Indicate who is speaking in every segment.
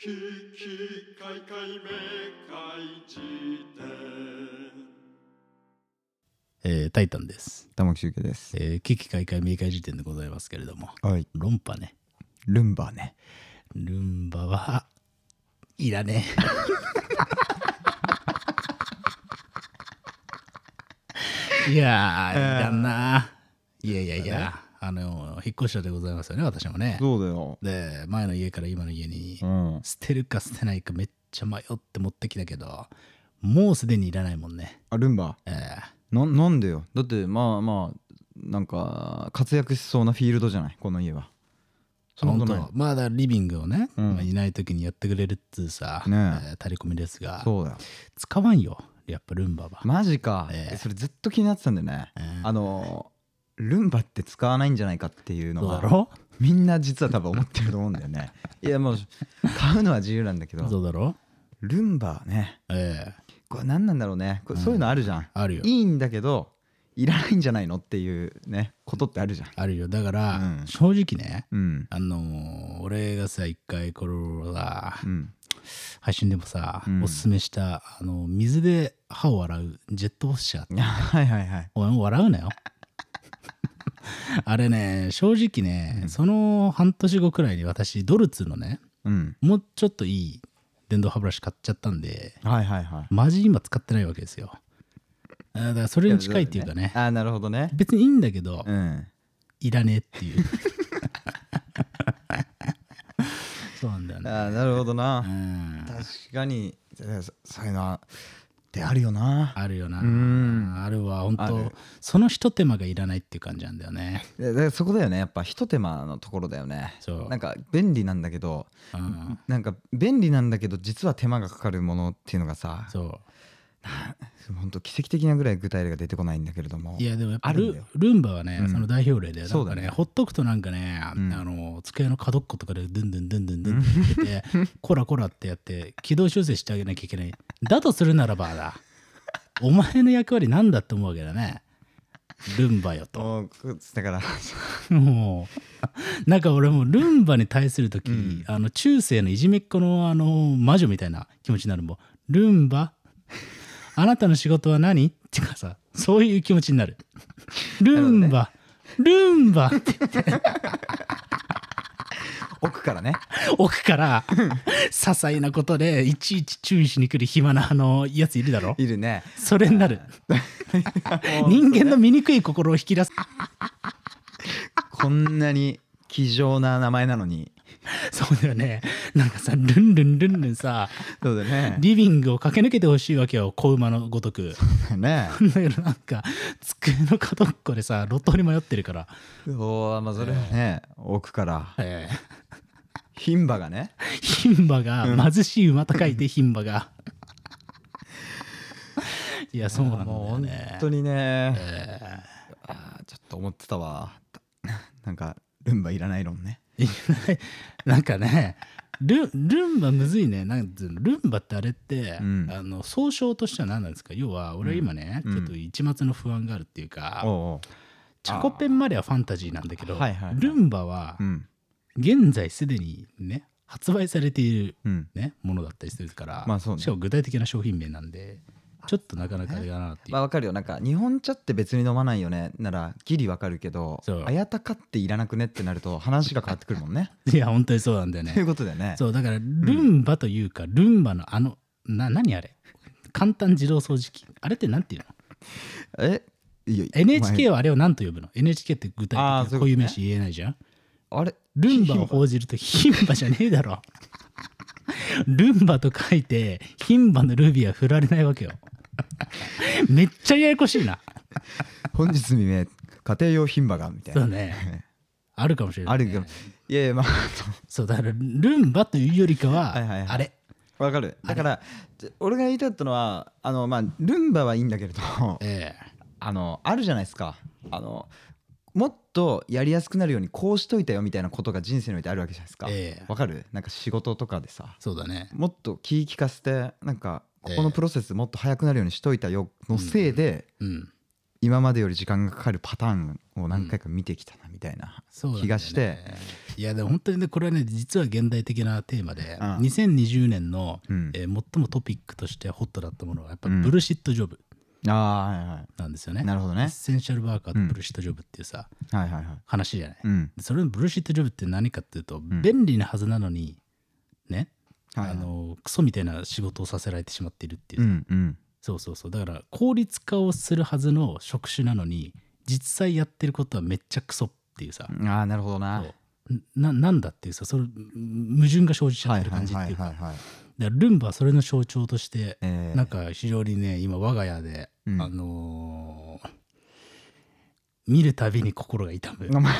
Speaker 1: ききかいかいめかいじ
Speaker 2: えータイタンです。
Speaker 3: 玉木周家です。
Speaker 2: えー、危機開会明快時点でございますけれども、
Speaker 3: はい。
Speaker 2: 論破ね。
Speaker 3: ルンバね。
Speaker 2: ルンバは、いらね え。いやー、いらんな。いやいやいや、あの、引っ越したでございますよね、私もね。
Speaker 3: そうだよ。
Speaker 2: で、前の家から今の家に
Speaker 3: う、ん。
Speaker 2: 捨てるか捨てないかめっちゃ迷って持ってきたけど、もうすでにいらないもんね。
Speaker 3: あ、ルンバ。
Speaker 2: え
Speaker 3: ななんでよ。だって、まあまあ、なんか、活躍しそうなフィールドじゃない、この家は。
Speaker 2: ー
Speaker 3: そんなこと
Speaker 2: 本
Speaker 3: な
Speaker 2: 当まあだからリビングをね、
Speaker 3: うん
Speaker 2: まあいない時にやってくれるっつうさ、
Speaker 3: ねえ
Speaker 2: えー垂れ込みですが
Speaker 3: い。、そうだよ。
Speaker 2: 使わんよ、やっぱルンバは。
Speaker 3: マジか。
Speaker 2: ええ
Speaker 3: それずっと気になってたんだよね。
Speaker 2: うん
Speaker 3: あの、ルンバって使わないんじゃないかっていうの
Speaker 2: そうだ
Speaker 3: が、
Speaker 2: ろ
Speaker 3: みんな実は多分思ってると思うんだよね。 いや、もう、買うのは自由なんだけど、
Speaker 2: そうだろ
Speaker 3: ルンバね。
Speaker 2: ええ
Speaker 3: これ何なんだろうね。これそういうのあるじゃん。
Speaker 2: あるよ。
Speaker 3: いいんだけど、いらないんじゃないのっていうね、ことってあるじゃん。
Speaker 2: あるよ。だから、
Speaker 3: うん
Speaker 2: 正直ね、
Speaker 3: うん。
Speaker 2: あのー俺がさ、一回このさ、
Speaker 3: うん。
Speaker 2: 配信でもさ、
Speaker 3: うん
Speaker 2: おすすめした、あの水で歯を洗うジェットウォッシャーって。
Speaker 3: はいはいはい。
Speaker 2: お前もう笑う なよ。あれね、正直ね、
Speaker 3: うん
Speaker 2: その半年後くらいに私、ドルツのね、
Speaker 3: うん。
Speaker 2: もうちょっといい電動歯ブラシ買っちゃったんで、
Speaker 3: はいはいはい。
Speaker 2: マジ今使ってないわけですよ。あーだからそれに近いっていうかね、
Speaker 3: ああ、なるほどね。
Speaker 2: 別にいいんだけど、
Speaker 3: うん。
Speaker 2: いらねえっていう。 そうなんだよ
Speaker 3: あ
Speaker 2: ね。
Speaker 3: あ、なるほど
Speaker 2: う
Speaker 3: な。
Speaker 2: ん、
Speaker 3: 確かに、そそういうのは、であるよな。
Speaker 2: あるよな。
Speaker 3: うん
Speaker 2: あるわ、本
Speaker 3: あ
Speaker 2: 当
Speaker 3: る
Speaker 2: そのひと手間がいらないっていう感じなんだよね。
Speaker 3: いやだからそこだよね。やっぱ、ひと手間のところだよね。
Speaker 2: そう
Speaker 3: なんか、便利なんだけど、
Speaker 2: うん、
Speaker 3: なんか、便利なんだけど、実は手間がかかるものっていうのがさ、
Speaker 2: そう。
Speaker 3: 本当奇跡的なぐらい具体例が出てこないんだけれども。
Speaker 2: いやでもやっぱ
Speaker 3: あるん
Speaker 2: ル
Speaker 3: だよ
Speaker 2: ルンバはね、
Speaker 3: うん
Speaker 2: その代表例で
Speaker 3: そう
Speaker 2: なん
Speaker 3: だ
Speaker 2: か
Speaker 3: ね
Speaker 2: ねほっとくとなんかね、
Speaker 3: うん
Speaker 2: あの机の角っことかでドゥンドゥンドゥンドゥンドゥンってやってて コラコラってやって軌道修正してあげなきゃいけないだとするならばだお前の役割なんだって思うわけだねルンバよと
Speaker 3: もう、だから、
Speaker 2: もうなんか俺もうルンバに対する時、
Speaker 3: うん
Speaker 2: あの中世のいじめっ子のあの魔女みたいな気持ちになるもんルンバあなたの仕事は何っていうかさそういう気持ちになるルンバ、ルンバって
Speaker 3: 奥からね。
Speaker 2: 奥から些細なことでいちいち注意しに来る暇なあのやついるだろ
Speaker 3: いるね。
Speaker 2: それに なる人間の醜い心を引き出す
Speaker 3: こんなに気丈な名前なのに。
Speaker 2: そうだよねなんかさルンルンルンルンさ
Speaker 3: そうだね。
Speaker 2: リビングを駆け抜けてほしいわけよ子馬のごと く。
Speaker 3: ね。
Speaker 2: だけどなんか机の角っこでさ路頭に迷ってるから、
Speaker 3: そうまあそれはね、奥から
Speaker 2: え
Speaker 3: 牝馬がね
Speaker 2: ー、牝馬が貧しい馬と書いて牝馬がいやそうなんだ
Speaker 3: もう
Speaker 2: よ
Speaker 3: 本
Speaker 2: ね
Speaker 3: 当にね、あーちょっと思ってたわなんかルンバいらない論ね
Speaker 2: なんかねルルンバむずいねなんつうのルンバってあれって、
Speaker 3: うん
Speaker 2: あの総称としては何なんですか要は俺は今ね、
Speaker 3: うん
Speaker 2: ちょっと一抹の不安があるっていうか、
Speaker 3: おうおう
Speaker 2: チャコペンまではファンタジーなんだけど、
Speaker 3: あはいはいはい
Speaker 2: ルンバは
Speaker 3: うん
Speaker 2: 現在すでにね発売されている
Speaker 3: うん
Speaker 2: ね、ものだったりするから、
Speaker 3: まあそうね
Speaker 2: しかも具体的な商品名なんでちょっとなかなかあれだなっていう、
Speaker 3: まあわかるよなんか日本茶って別に飲まないよねならギリわかるけど
Speaker 2: そう
Speaker 3: 綾鷹っていらなくねってなると話が変わってくるもんね
Speaker 2: いや本当にそうなんだよ
Speaker 3: とい
Speaker 2: ね
Speaker 3: うことだよ ね
Speaker 2: そうだからルンバというか、ルンバのあのな何あれ簡単自動掃除機あれってなんていうの
Speaker 3: えいや
Speaker 2: NHK はあれを何と呼ぶの NHK って具体的
Speaker 3: あ
Speaker 2: な
Speaker 3: ーそういうことね
Speaker 2: こういう名詞言えないじゃん
Speaker 3: お前あれ
Speaker 2: ルンバを報じると牝馬じゃねえだろ ルンバと書いて牝馬のルビーは振られないわけよめっちゃややこしいな
Speaker 3: 本日未明家庭用牝馬がみたい
Speaker 2: そう
Speaker 3: な
Speaker 2: ね あるかもしれない、
Speaker 3: あるけどいやいやまあ
Speaker 2: そうだからルンバというよりかは
Speaker 3: はいはいはい
Speaker 2: あれ
Speaker 3: わかるだからじゃ俺が言いたかったのはあのまあルンバはいいんだけれど
Speaker 2: え
Speaker 3: あのあるじゃないですかあのもっとやりやすくなるようにこうしといたよみたいなことが人生においてあるわけじゃないですかわ、
Speaker 2: ええ
Speaker 3: かるなんか仕事とかでさ
Speaker 2: そうだね
Speaker 3: もっと気利かせてなんかここ
Speaker 2: え
Speaker 3: の
Speaker 2: え
Speaker 3: プロセスもっと早くなるようにしといたよのせいで、
Speaker 2: うん
Speaker 3: 今までより時間がかかるパターンを何回か見てきたなみたいな、
Speaker 2: そうなんだよね
Speaker 3: 気がして
Speaker 2: いやでも本当にねこれはね実は現代的なテーマで、
Speaker 3: うん
Speaker 2: 2020年の、
Speaker 3: うん
Speaker 2: えー最もトピックとしてホットだったものはやっぱ
Speaker 3: うん
Speaker 2: ブルシットジョブ
Speaker 3: ああはいは
Speaker 2: なんですよね、
Speaker 3: いなるほど
Speaker 2: エッ
Speaker 3: ね
Speaker 2: センシャルワーカーとブルシットジョブっていうさ、
Speaker 3: はいはいはい
Speaker 2: 話じゃない、
Speaker 3: うん
Speaker 2: それのブルシットジョブって何かっていうと、便利なはずなのにね、
Speaker 3: はいはい
Speaker 2: あのクソみたいな仕事をさせられてしまっているっていう、
Speaker 3: うんうん
Speaker 2: そうそうそうだから効率化をするはずの職種なのに実際やってることはめっちゃクソっていうさ、
Speaker 3: ああなるほどな
Speaker 2: そうななんだっていうさその矛盾が生じちゃってる感じっていうか
Speaker 3: い
Speaker 2: だ
Speaker 3: はい
Speaker 2: からルンバはそれの象徴として、
Speaker 3: えー
Speaker 2: なんか非常にね今我が家で、
Speaker 3: うん
Speaker 2: あのー見るたびに心が痛む、
Speaker 3: お前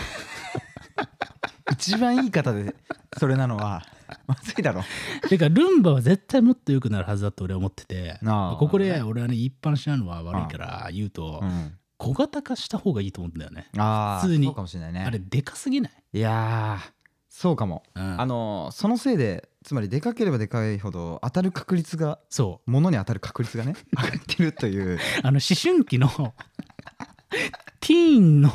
Speaker 3: 一番いい方でそれなのはまずいだろ
Speaker 2: てかルンバは絶対もっと良くなるはずだと俺は思ってて
Speaker 3: あー
Speaker 2: ここ
Speaker 3: な
Speaker 2: で
Speaker 3: る
Speaker 2: 俺はね一般しないのは悪いから言うと、
Speaker 3: うん
Speaker 2: 小型化した方がいいと思うんだよね、
Speaker 3: ああ
Speaker 2: 普通に
Speaker 3: そうかもしれないね
Speaker 2: あれでかすぎない、
Speaker 3: いやーそうかも
Speaker 2: うん
Speaker 3: あのーそのせいでつまりでかければでかいほど当たる確率が
Speaker 2: そう
Speaker 3: 物に当たる確率がね上がってると いう
Speaker 2: あの思春期のティーンの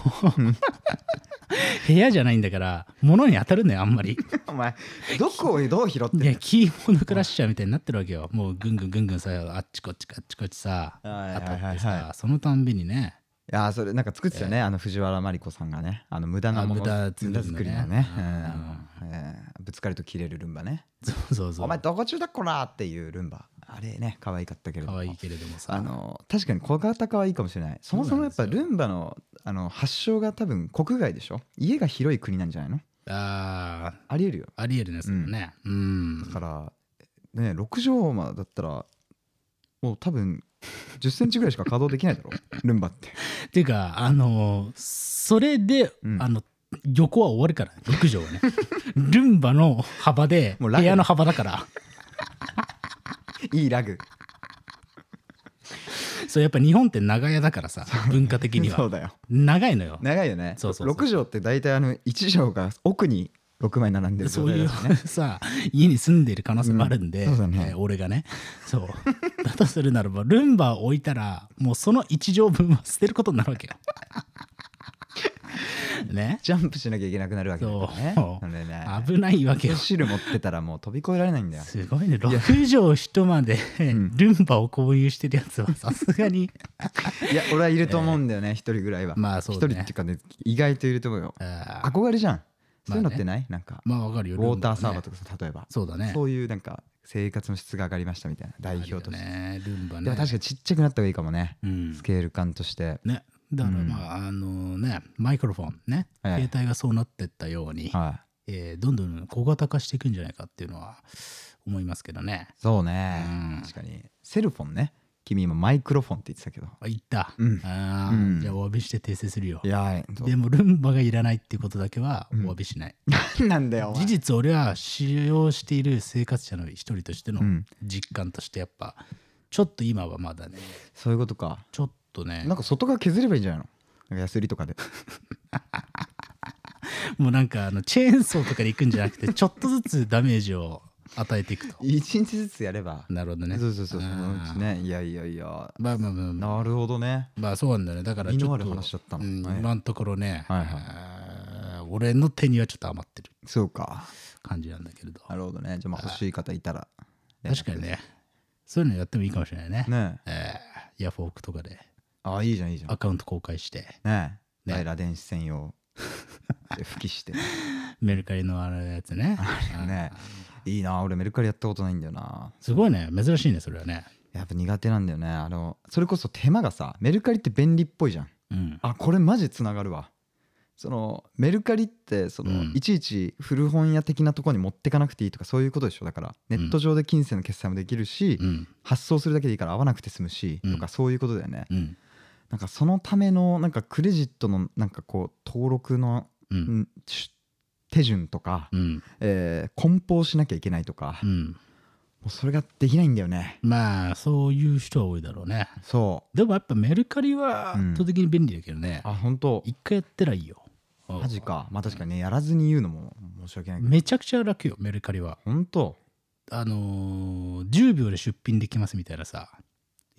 Speaker 2: 部屋じゃないんだから物に当たるのよあんま り
Speaker 3: お前どこをどう拾って
Speaker 2: いや
Speaker 3: る
Speaker 2: キーボードクラッシャーみたいになってるわけよもうぐんぐんぐんぐんさあっちこっちかあっちこっちさ
Speaker 3: はい
Speaker 2: 当
Speaker 3: はい
Speaker 2: た
Speaker 3: はいは
Speaker 2: っ
Speaker 3: い
Speaker 2: てさそのたんびにね
Speaker 3: いやーそれなんか作ってたよね、あの藤原麻里子さんがねあの無駄なもの
Speaker 2: あ無駄作りのね
Speaker 3: 無駄作りのね、うん
Speaker 2: う
Speaker 3: えーぶつかると切れるルンバね
Speaker 2: そうそうそう
Speaker 3: お前どこ中だこらーっていうルンバあれね可愛かったけれ
Speaker 2: 可
Speaker 3: ども
Speaker 2: 愛いけれどもさ
Speaker 3: あの確かに小型化はいいかもしれないそもそもやっ
Speaker 2: そ
Speaker 3: ぱ
Speaker 2: うなんです
Speaker 3: ル
Speaker 2: よ
Speaker 3: ンバのあの発祥が多分国外でしょ家が広い国なんじゃないの
Speaker 2: あ
Speaker 3: ありえるよ
Speaker 2: ーありえるねそれねうん
Speaker 3: だから、ね6畳間だったらもう多分1 0ンチぐらいしか稼働できないだろルンバって
Speaker 2: っていうかあのそれで、
Speaker 3: うん
Speaker 2: あの横は終わるからね6畳はねルンバの幅で
Speaker 3: も
Speaker 2: 部
Speaker 3: うラグ
Speaker 2: 屋の幅だから
Speaker 3: いいラグ
Speaker 2: そうやっぱ日本って長屋だからさ文化的に
Speaker 3: そ
Speaker 2: は
Speaker 3: うだよ
Speaker 2: 長いのよ、
Speaker 3: 長いよね
Speaker 2: そうそうそう
Speaker 3: 6畳って大体あの1畳が奥に6枚並んでる
Speaker 2: そ
Speaker 3: 状
Speaker 2: うい
Speaker 3: 態だ
Speaker 2: う
Speaker 3: よね
Speaker 2: さ家に住んでる可能性もあるんで、
Speaker 3: うんそうだね
Speaker 2: えー俺がねそう だとするならばルンバを置いたらもうその1畳分は捨てることになるわけよ ね
Speaker 3: ジャンプしなきゃいけなくなるわけだからね
Speaker 2: そう
Speaker 3: なのでね
Speaker 2: 危ないわけよ
Speaker 3: 汁持ってたらもう飛び越えられないんだ よ
Speaker 2: すごいね6畳一間でルンバを購入してるやつはさすがに
Speaker 3: いや俺はいると思うんだよね一、人ぐらいは
Speaker 2: まあ
Speaker 3: 一、
Speaker 2: そう
Speaker 3: 人
Speaker 2: だ
Speaker 3: って
Speaker 2: ね
Speaker 3: いうかね意外といると思うよ
Speaker 2: あー
Speaker 3: 憧れじゃんそういうのってない、なんか、
Speaker 2: まあわかる
Speaker 3: ウ
Speaker 2: よ
Speaker 3: ォーターサーバー
Speaker 2: と
Speaker 3: とかさ例えば
Speaker 2: そうだね
Speaker 3: そういうなんか生活の質が上がりましたみたいな代
Speaker 2: 代
Speaker 3: 表として、
Speaker 2: ねルンバね
Speaker 3: でも確かにちっちゃくなった方がいいかもね、
Speaker 2: うん
Speaker 3: スケール感として
Speaker 2: ねだから
Speaker 3: うん
Speaker 2: まあ、あのねマイクロフォンね、
Speaker 3: ええ
Speaker 2: 携帯がそうなってったように、
Speaker 3: は
Speaker 2: えーどんどん小型化していくんじゃないかっていうのは思いますけどね
Speaker 3: いそうね、
Speaker 2: うん
Speaker 3: 確かにセルフォンね君今マイクロフォンって言ってたけど
Speaker 2: あいった、
Speaker 3: うん
Speaker 2: あー
Speaker 3: うん
Speaker 2: じゃあお詫びして訂正するよ
Speaker 3: いや
Speaker 2: でもルンバがいらないっていうことだけはお
Speaker 3: うん
Speaker 2: 詫びしない、
Speaker 3: なんだよお前
Speaker 2: 事実俺は使用している生活者の一人としての
Speaker 3: うん
Speaker 2: 実感としてやっぱちょっと今はまだね
Speaker 3: そういうことか
Speaker 2: ちょっとね
Speaker 3: なんか外側削ればいいんじゃないのなんかヤスリとか で
Speaker 2: もうなんかあのチェーンソーとかで行くんじゃなくてちょっとずつダメージを与えていくと
Speaker 3: 一日ずつやれば
Speaker 2: なるほどね
Speaker 3: そうそうそうそ
Speaker 2: あー
Speaker 3: のうちねいやいやいや
Speaker 2: まあまあまあまあ
Speaker 3: なるほどね
Speaker 2: まあそうなんだよねだから
Speaker 3: 身
Speaker 2: ちょ
Speaker 3: の
Speaker 2: っ
Speaker 3: あ
Speaker 2: と
Speaker 3: る話だったの、
Speaker 2: うん
Speaker 3: はい
Speaker 2: 今のところね、
Speaker 3: はいはい
Speaker 2: えー俺の手にはちょっと余ってる
Speaker 3: そうか
Speaker 2: 感じなんだけれど
Speaker 3: なるほどねじゃあまあ欲しい方いたら
Speaker 2: 確かにねそういうのやってもいいかもしれないね
Speaker 3: ねえ
Speaker 2: えーヤフオクとかで
Speaker 3: あいいじゃんいいじゃん
Speaker 2: アカウント公開して
Speaker 3: ねえ
Speaker 2: ね
Speaker 3: ライラ電子専 用で拭きして
Speaker 2: メルカリのあれのやつね
Speaker 3: ねえいいな俺メルカリやったことないんだよな
Speaker 2: すごいね珍しいねそれはね
Speaker 3: やっぱ苦手なんだよねあのそれこそ手間がさメルカリって便利っぽいじゃん
Speaker 2: うん
Speaker 3: あこれマジつながるわそのメルカリってその、
Speaker 2: うん
Speaker 3: いちいち古本屋的なところに持ってかなくていいとかそういうことでしょだからネット上で金銭の決済もできるし、
Speaker 2: うん
Speaker 3: 発送するだけでいいから合わなくて済むし、
Speaker 2: うん
Speaker 3: とかそういうことだよね
Speaker 2: うん
Speaker 3: なんかそのためのなんかクレジットのなんかこう登録の、
Speaker 2: うんん
Speaker 3: し手順とか、
Speaker 2: うん
Speaker 3: えー梱包しなきゃいけないとか、
Speaker 2: う
Speaker 3: も
Speaker 2: ん
Speaker 3: うそれができないんだよね
Speaker 2: まあそういう人は多いだろうね
Speaker 3: そ
Speaker 2: でもやっぱメルカリは
Speaker 3: うん
Speaker 2: 圧倒的に便利だけどね
Speaker 3: うあ本当
Speaker 2: 一回やったらいいようん
Speaker 3: マジかまあ確かにねやらずに言うのも申し訳ないけど
Speaker 2: めちゃくちゃ楽よメルカリは
Speaker 3: 本当
Speaker 2: あのー10秒で出品できますみたいなさ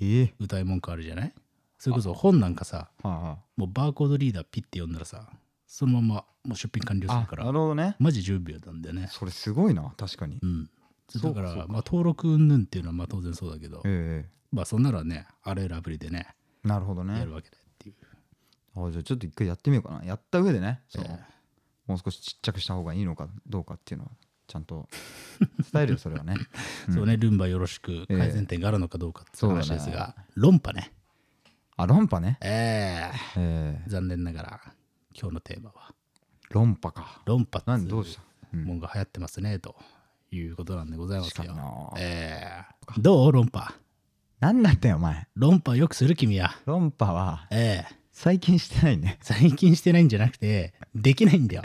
Speaker 3: ええ
Speaker 2: 歌い文句あるじゃないそれこそ本なんかさ
Speaker 3: は
Speaker 2: もうバーコードリーダーピッて読んだらさそのままもう出品完了
Speaker 3: い
Speaker 2: す
Speaker 3: はい
Speaker 2: るか
Speaker 3: あなるほ
Speaker 2: ら
Speaker 3: どね
Speaker 2: マジ10秒なんだよね
Speaker 3: それすごいな確かに
Speaker 2: うん
Speaker 3: そ
Speaker 2: だ
Speaker 3: う
Speaker 2: から
Speaker 3: そうか
Speaker 2: まあ、登録うんぬんっていうのはまあ当然そうだけど、
Speaker 3: え
Speaker 2: まあそんなのはねあらゆるアプリでね
Speaker 3: えなるほどね
Speaker 2: やるわけだっていう、
Speaker 3: あじゃあちょっと一回やってみようかなやった上でねその、
Speaker 2: ええ
Speaker 3: もう少しちっちゃくした方がいいのかどうかっていうのはちゃんと伝えるよそれ はねうん
Speaker 2: そうねルンバよろしく
Speaker 3: ええ
Speaker 2: 改善点があるのかどうかっていう話です
Speaker 3: そうだ
Speaker 2: が、論破ね
Speaker 3: あ論破ね
Speaker 2: ええ
Speaker 3: ええ
Speaker 2: 残念ながら今日のテーマは
Speaker 3: 論破か
Speaker 2: 論破って
Speaker 3: なん
Speaker 2: い
Speaker 3: どうした、うん、
Speaker 2: もんが流行ってますねということなんでございます
Speaker 3: 確か
Speaker 2: よ
Speaker 3: にな
Speaker 2: ええどう論破
Speaker 3: 何だったよお前
Speaker 2: 論破よくする君は
Speaker 3: 論破は
Speaker 2: ええ
Speaker 3: 最近してないね
Speaker 2: 最近してないんじゃなくてできないんだよ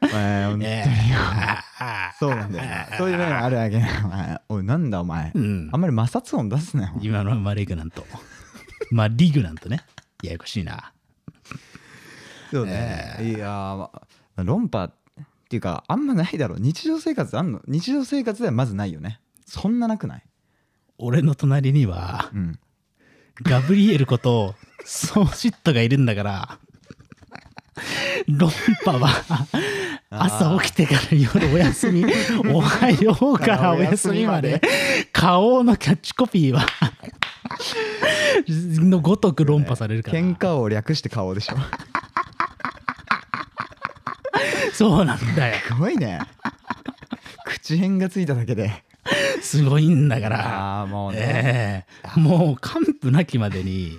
Speaker 3: お前ほん と
Speaker 2: ええああ
Speaker 3: そうなんだよなそういうのがあるわけなお前おいなんだお前、
Speaker 2: うん
Speaker 3: あんまり摩擦音出すなよ
Speaker 2: 今のはマリグナントマリグナントねややこしいな
Speaker 3: そうね、いやーまあ論破っていうかあんまないだろ日常生活あんの日常生活ではまずないよねそんななくない
Speaker 2: 俺の隣には
Speaker 3: うん
Speaker 2: ガブリエルことソーシットがいるんだから論破は朝起きてから夜お休みおはようからお休みまで花王のキャッチコピーはのごとく論破されるから、
Speaker 3: 喧嘩を略して顔で しょ
Speaker 2: そうなんだよ
Speaker 3: すごいね口辺がついただけです
Speaker 2: ごいんだから
Speaker 3: あーもうね、
Speaker 2: ええもう完膚なきまでに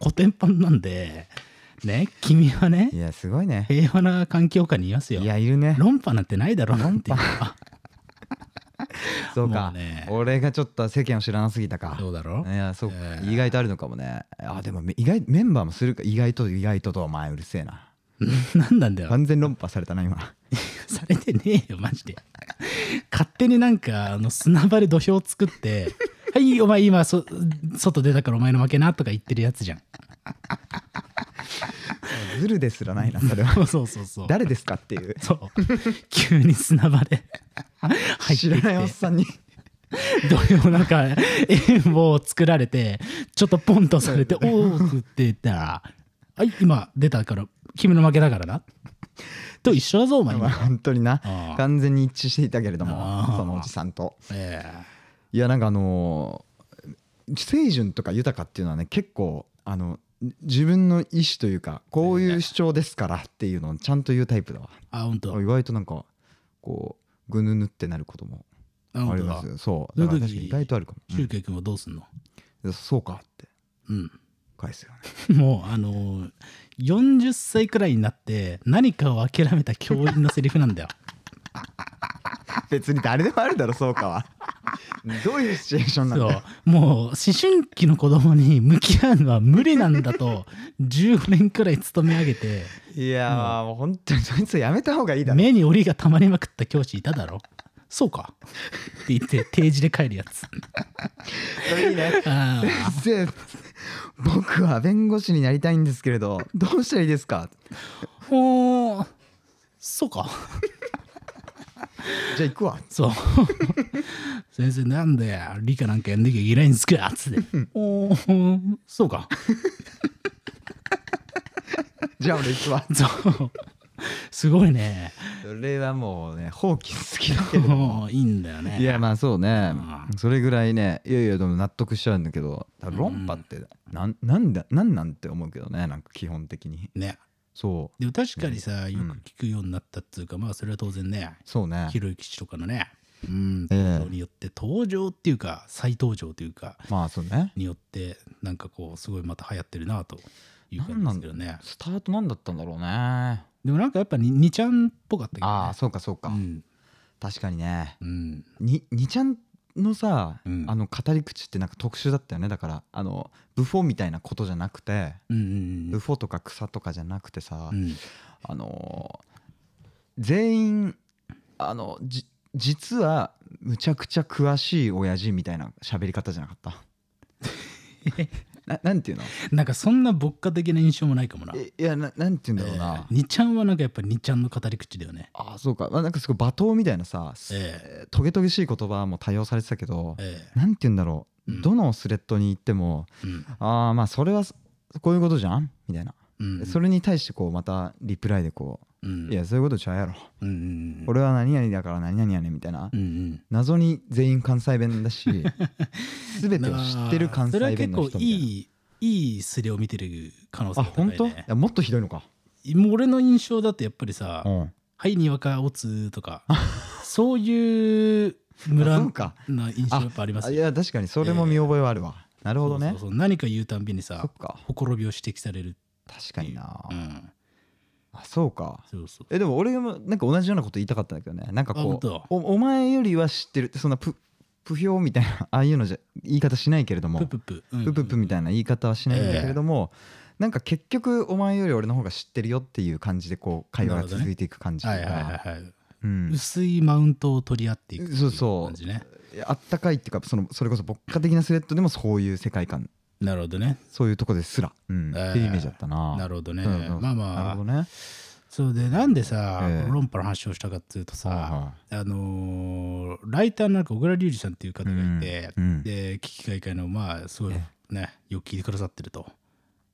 Speaker 2: コテンパンなんでね君はね
Speaker 3: いやすごいね
Speaker 2: 平和な環境下にいますよ
Speaker 3: いやいるね
Speaker 2: 論破なんてないだろうなんていうのは
Speaker 3: そう
Speaker 2: も
Speaker 3: か
Speaker 2: うね
Speaker 3: 俺がちょっと世間を知らなすぎたか
Speaker 2: どうだろう
Speaker 3: いやそうか、
Speaker 2: え
Speaker 3: 意外とあるのかもねあでもめ意外メンバーもするか意外と意外ととお前うるせえな
Speaker 2: 何なんだよ
Speaker 3: 完全論破されたな今
Speaker 2: されてねえよマジで勝手になんかあの砂場で土俵作って「はいお前今そ外出たからお前の負けな」とか言ってるやつじゃん
Speaker 3: ズルですらないなそれは
Speaker 2: そうそうそうそう
Speaker 3: 誰ですかって いう
Speaker 2: そう急に砂場で入って
Speaker 3: 知
Speaker 2: き
Speaker 3: ら
Speaker 2: て
Speaker 3: ないおっさんに
Speaker 2: どうにもなんか円を作られてちょっとポンとされて「おお」って言ったら「はい今出たから君の負けだからな」と一緒だぞお前
Speaker 3: まあ
Speaker 2: 今
Speaker 3: 本当にな
Speaker 2: ああ
Speaker 3: 完全に一致していたけれど
Speaker 2: ああ
Speaker 3: もそのおじさんと
Speaker 2: え
Speaker 3: いやなんかあのー清純とか豊かっていうのはね結構あの自分の意思というかこういう主張ですからっていうのをちゃんと言うタイプだわ
Speaker 2: えあ本当
Speaker 3: 意外となんかこうぐぬぬってなることも
Speaker 2: あ
Speaker 3: あ
Speaker 2: 本
Speaker 3: り
Speaker 2: 当
Speaker 3: ま
Speaker 2: だ
Speaker 3: すそう
Speaker 2: そうい
Speaker 3: だ
Speaker 2: う時
Speaker 3: から確かに意外とあるかも、
Speaker 2: 周慶君はどうすんの
Speaker 3: うんそうかって
Speaker 2: うん
Speaker 3: 返すよね
Speaker 2: もうあのー40歳くらいになって何かを諦めた教員のセリフなんだよ
Speaker 3: 別に誰でもあるだろそう かはどういうシチュエーション なんだ
Speaker 2: そ
Speaker 3: よ
Speaker 2: うもう思春期の子供に向き合うのは無理なんだと15年くらい勤め上げて
Speaker 3: いやーもう本当にそいつやめた方がいいだろ
Speaker 2: 目に檻がたまりまくった教師いただろそうかって言って定時で帰るや つ
Speaker 3: それいいね
Speaker 2: あー
Speaker 3: 先生僕は弁護士になりたいんですけれどどうしたらいいですか
Speaker 2: おーそうか
Speaker 3: じゃあ行くわ
Speaker 2: そう先生なんで理科なんかやんなきゃいけないんですかつっておーそうか
Speaker 3: じゃあ俺行くわ
Speaker 2: そうすごいね
Speaker 3: それはもうね放棄好きだけど
Speaker 2: もういいんだよね
Speaker 3: いやまあそうね
Speaker 2: あ
Speaker 3: それぐらいねいやいやでも納得しちゃうんだけどだから論破ってなんなんだなんなんて思うけどねなんか基本的に
Speaker 2: ね
Speaker 3: そう
Speaker 2: でも確かにさよ
Speaker 3: ん
Speaker 2: く聞くようになったっていうか、まあそれは当然ね
Speaker 3: そうね
Speaker 2: ひろゆき氏とかのねうん、
Speaker 3: ええ
Speaker 2: 登場によって登場っていうか再登場というか
Speaker 3: まあそうね
Speaker 2: によってなんかこうすごいまた流行ってるなという
Speaker 3: な
Speaker 2: 感
Speaker 3: ん
Speaker 2: じで
Speaker 3: な
Speaker 2: す
Speaker 3: ん
Speaker 2: けどね
Speaker 3: スタートなんだったんだろうね
Speaker 2: でもなんかやっぱに2ちゃんっぽかったけど、ね、
Speaker 3: ああそうかそうか
Speaker 2: うん
Speaker 3: 確かにね
Speaker 2: うん
Speaker 3: ににちゃんのさ、
Speaker 2: うん
Speaker 3: あの語り口ってなんか特殊だったよねだからあのブフォみたいなことじゃなくて、
Speaker 2: うんう
Speaker 3: ブ
Speaker 2: ん
Speaker 3: フォとか草とかじゃなくてさ、
Speaker 2: うん
Speaker 3: あのー全員あのじ実は むちゃくちゃ詳しい親父みたいな喋り方じゃなかったななんていうの
Speaker 2: なんかそんな牧歌的な印象もないかもな。
Speaker 3: えいやななんていうんだろうな、
Speaker 2: にちゃんはなんかやっぱにちゃんの語り口だよね。
Speaker 3: ああそうか、まあ、なんかすごい罵倒みたいなさ、
Speaker 2: え
Speaker 3: トゲトゲしい言葉も多用されてたけど、
Speaker 2: え
Speaker 3: なんていうんだろう、
Speaker 2: うん
Speaker 3: どのスレッドに行っても
Speaker 2: えうん
Speaker 3: ああまあそれはこういうことじゃんみたいな、
Speaker 2: うん
Speaker 3: それに対してこうまたリプライでこ
Speaker 2: うん
Speaker 3: う「いやそういうことちゃうやろ、
Speaker 2: うんうん
Speaker 3: 俺は何々だから何々やねん」みたいな、
Speaker 2: うんうん
Speaker 3: 謎に全員関西弁 だし全てを知ってる関西弁の
Speaker 2: それは結
Speaker 3: 人
Speaker 2: 構
Speaker 3: みたいない
Speaker 2: いいいスレを見てる可能性
Speaker 3: あ
Speaker 2: が高い
Speaker 3: 本当い
Speaker 2: ね
Speaker 3: やもっとひどいのか、
Speaker 2: もう俺の印象だとやっぱりさ
Speaker 3: う
Speaker 2: 「
Speaker 3: ん、
Speaker 2: はいにわかおつ」とかそういう村
Speaker 3: あそ
Speaker 2: の
Speaker 3: うか
Speaker 2: 印象やっぱあります
Speaker 3: あい
Speaker 2: よ
Speaker 3: や確かにそれも見覚えはあるわ、なるほどね
Speaker 2: そうそうそう何か言うたんびに
Speaker 3: そ
Speaker 2: さ
Speaker 3: っか
Speaker 2: ほころびを指摘される
Speaker 3: 確かにな、
Speaker 2: うん
Speaker 3: あそうか
Speaker 2: そうそう
Speaker 3: えでも俺もなんか同じようなこと言いたかったんだけどねなんか
Speaker 2: あ
Speaker 3: こ
Speaker 2: 本
Speaker 3: う
Speaker 2: 当
Speaker 3: おお前よりは知ってるってそんなププ評みたいな ああいうのじゃ言い方しないけれども
Speaker 2: プ
Speaker 3: プ
Speaker 2: ププうん
Speaker 3: ププみたいな言い方はしないんだけれども、なんか結局お前より俺の方が知ってるよっていう感じでこう会話が続いていく感じと
Speaker 2: はい
Speaker 3: いう
Speaker 2: は
Speaker 3: か
Speaker 2: いはいはい
Speaker 3: うん
Speaker 2: 薄いマウントを取り合っていくってい
Speaker 3: そうそう
Speaker 2: 感じね
Speaker 3: いやあったかいっていうかそのそれこそ牧歌的なスレッドでもそういう世界観
Speaker 2: なるほどね
Speaker 3: そういうとこですら、うん
Speaker 2: ええ
Speaker 3: っていうイメージだったな。
Speaker 2: なるほどね
Speaker 3: うんうん
Speaker 2: まあま
Speaker 3: なる
Speaker 2: あ
Speaker 3: ほどね。
Speaker 2: そうでなんでさ、
Speaker 3: え
Speaker 2: こ
Speaker 3: え
Speaker 2: の論破の話をしたかっていうとさ、
Speaker 3: は
Speaker 2: あのーライターのなんか小倉隆二さんっていう方
Speaker 3: いは
Speaker 2: が
Speaker 3: い
Speaker 2: いて、
Speaker 3: うんうん
Speaker 2: で危機開会のまあすごい
Speaker 3: え
Speaker 2: ねよく聞いてくださってると。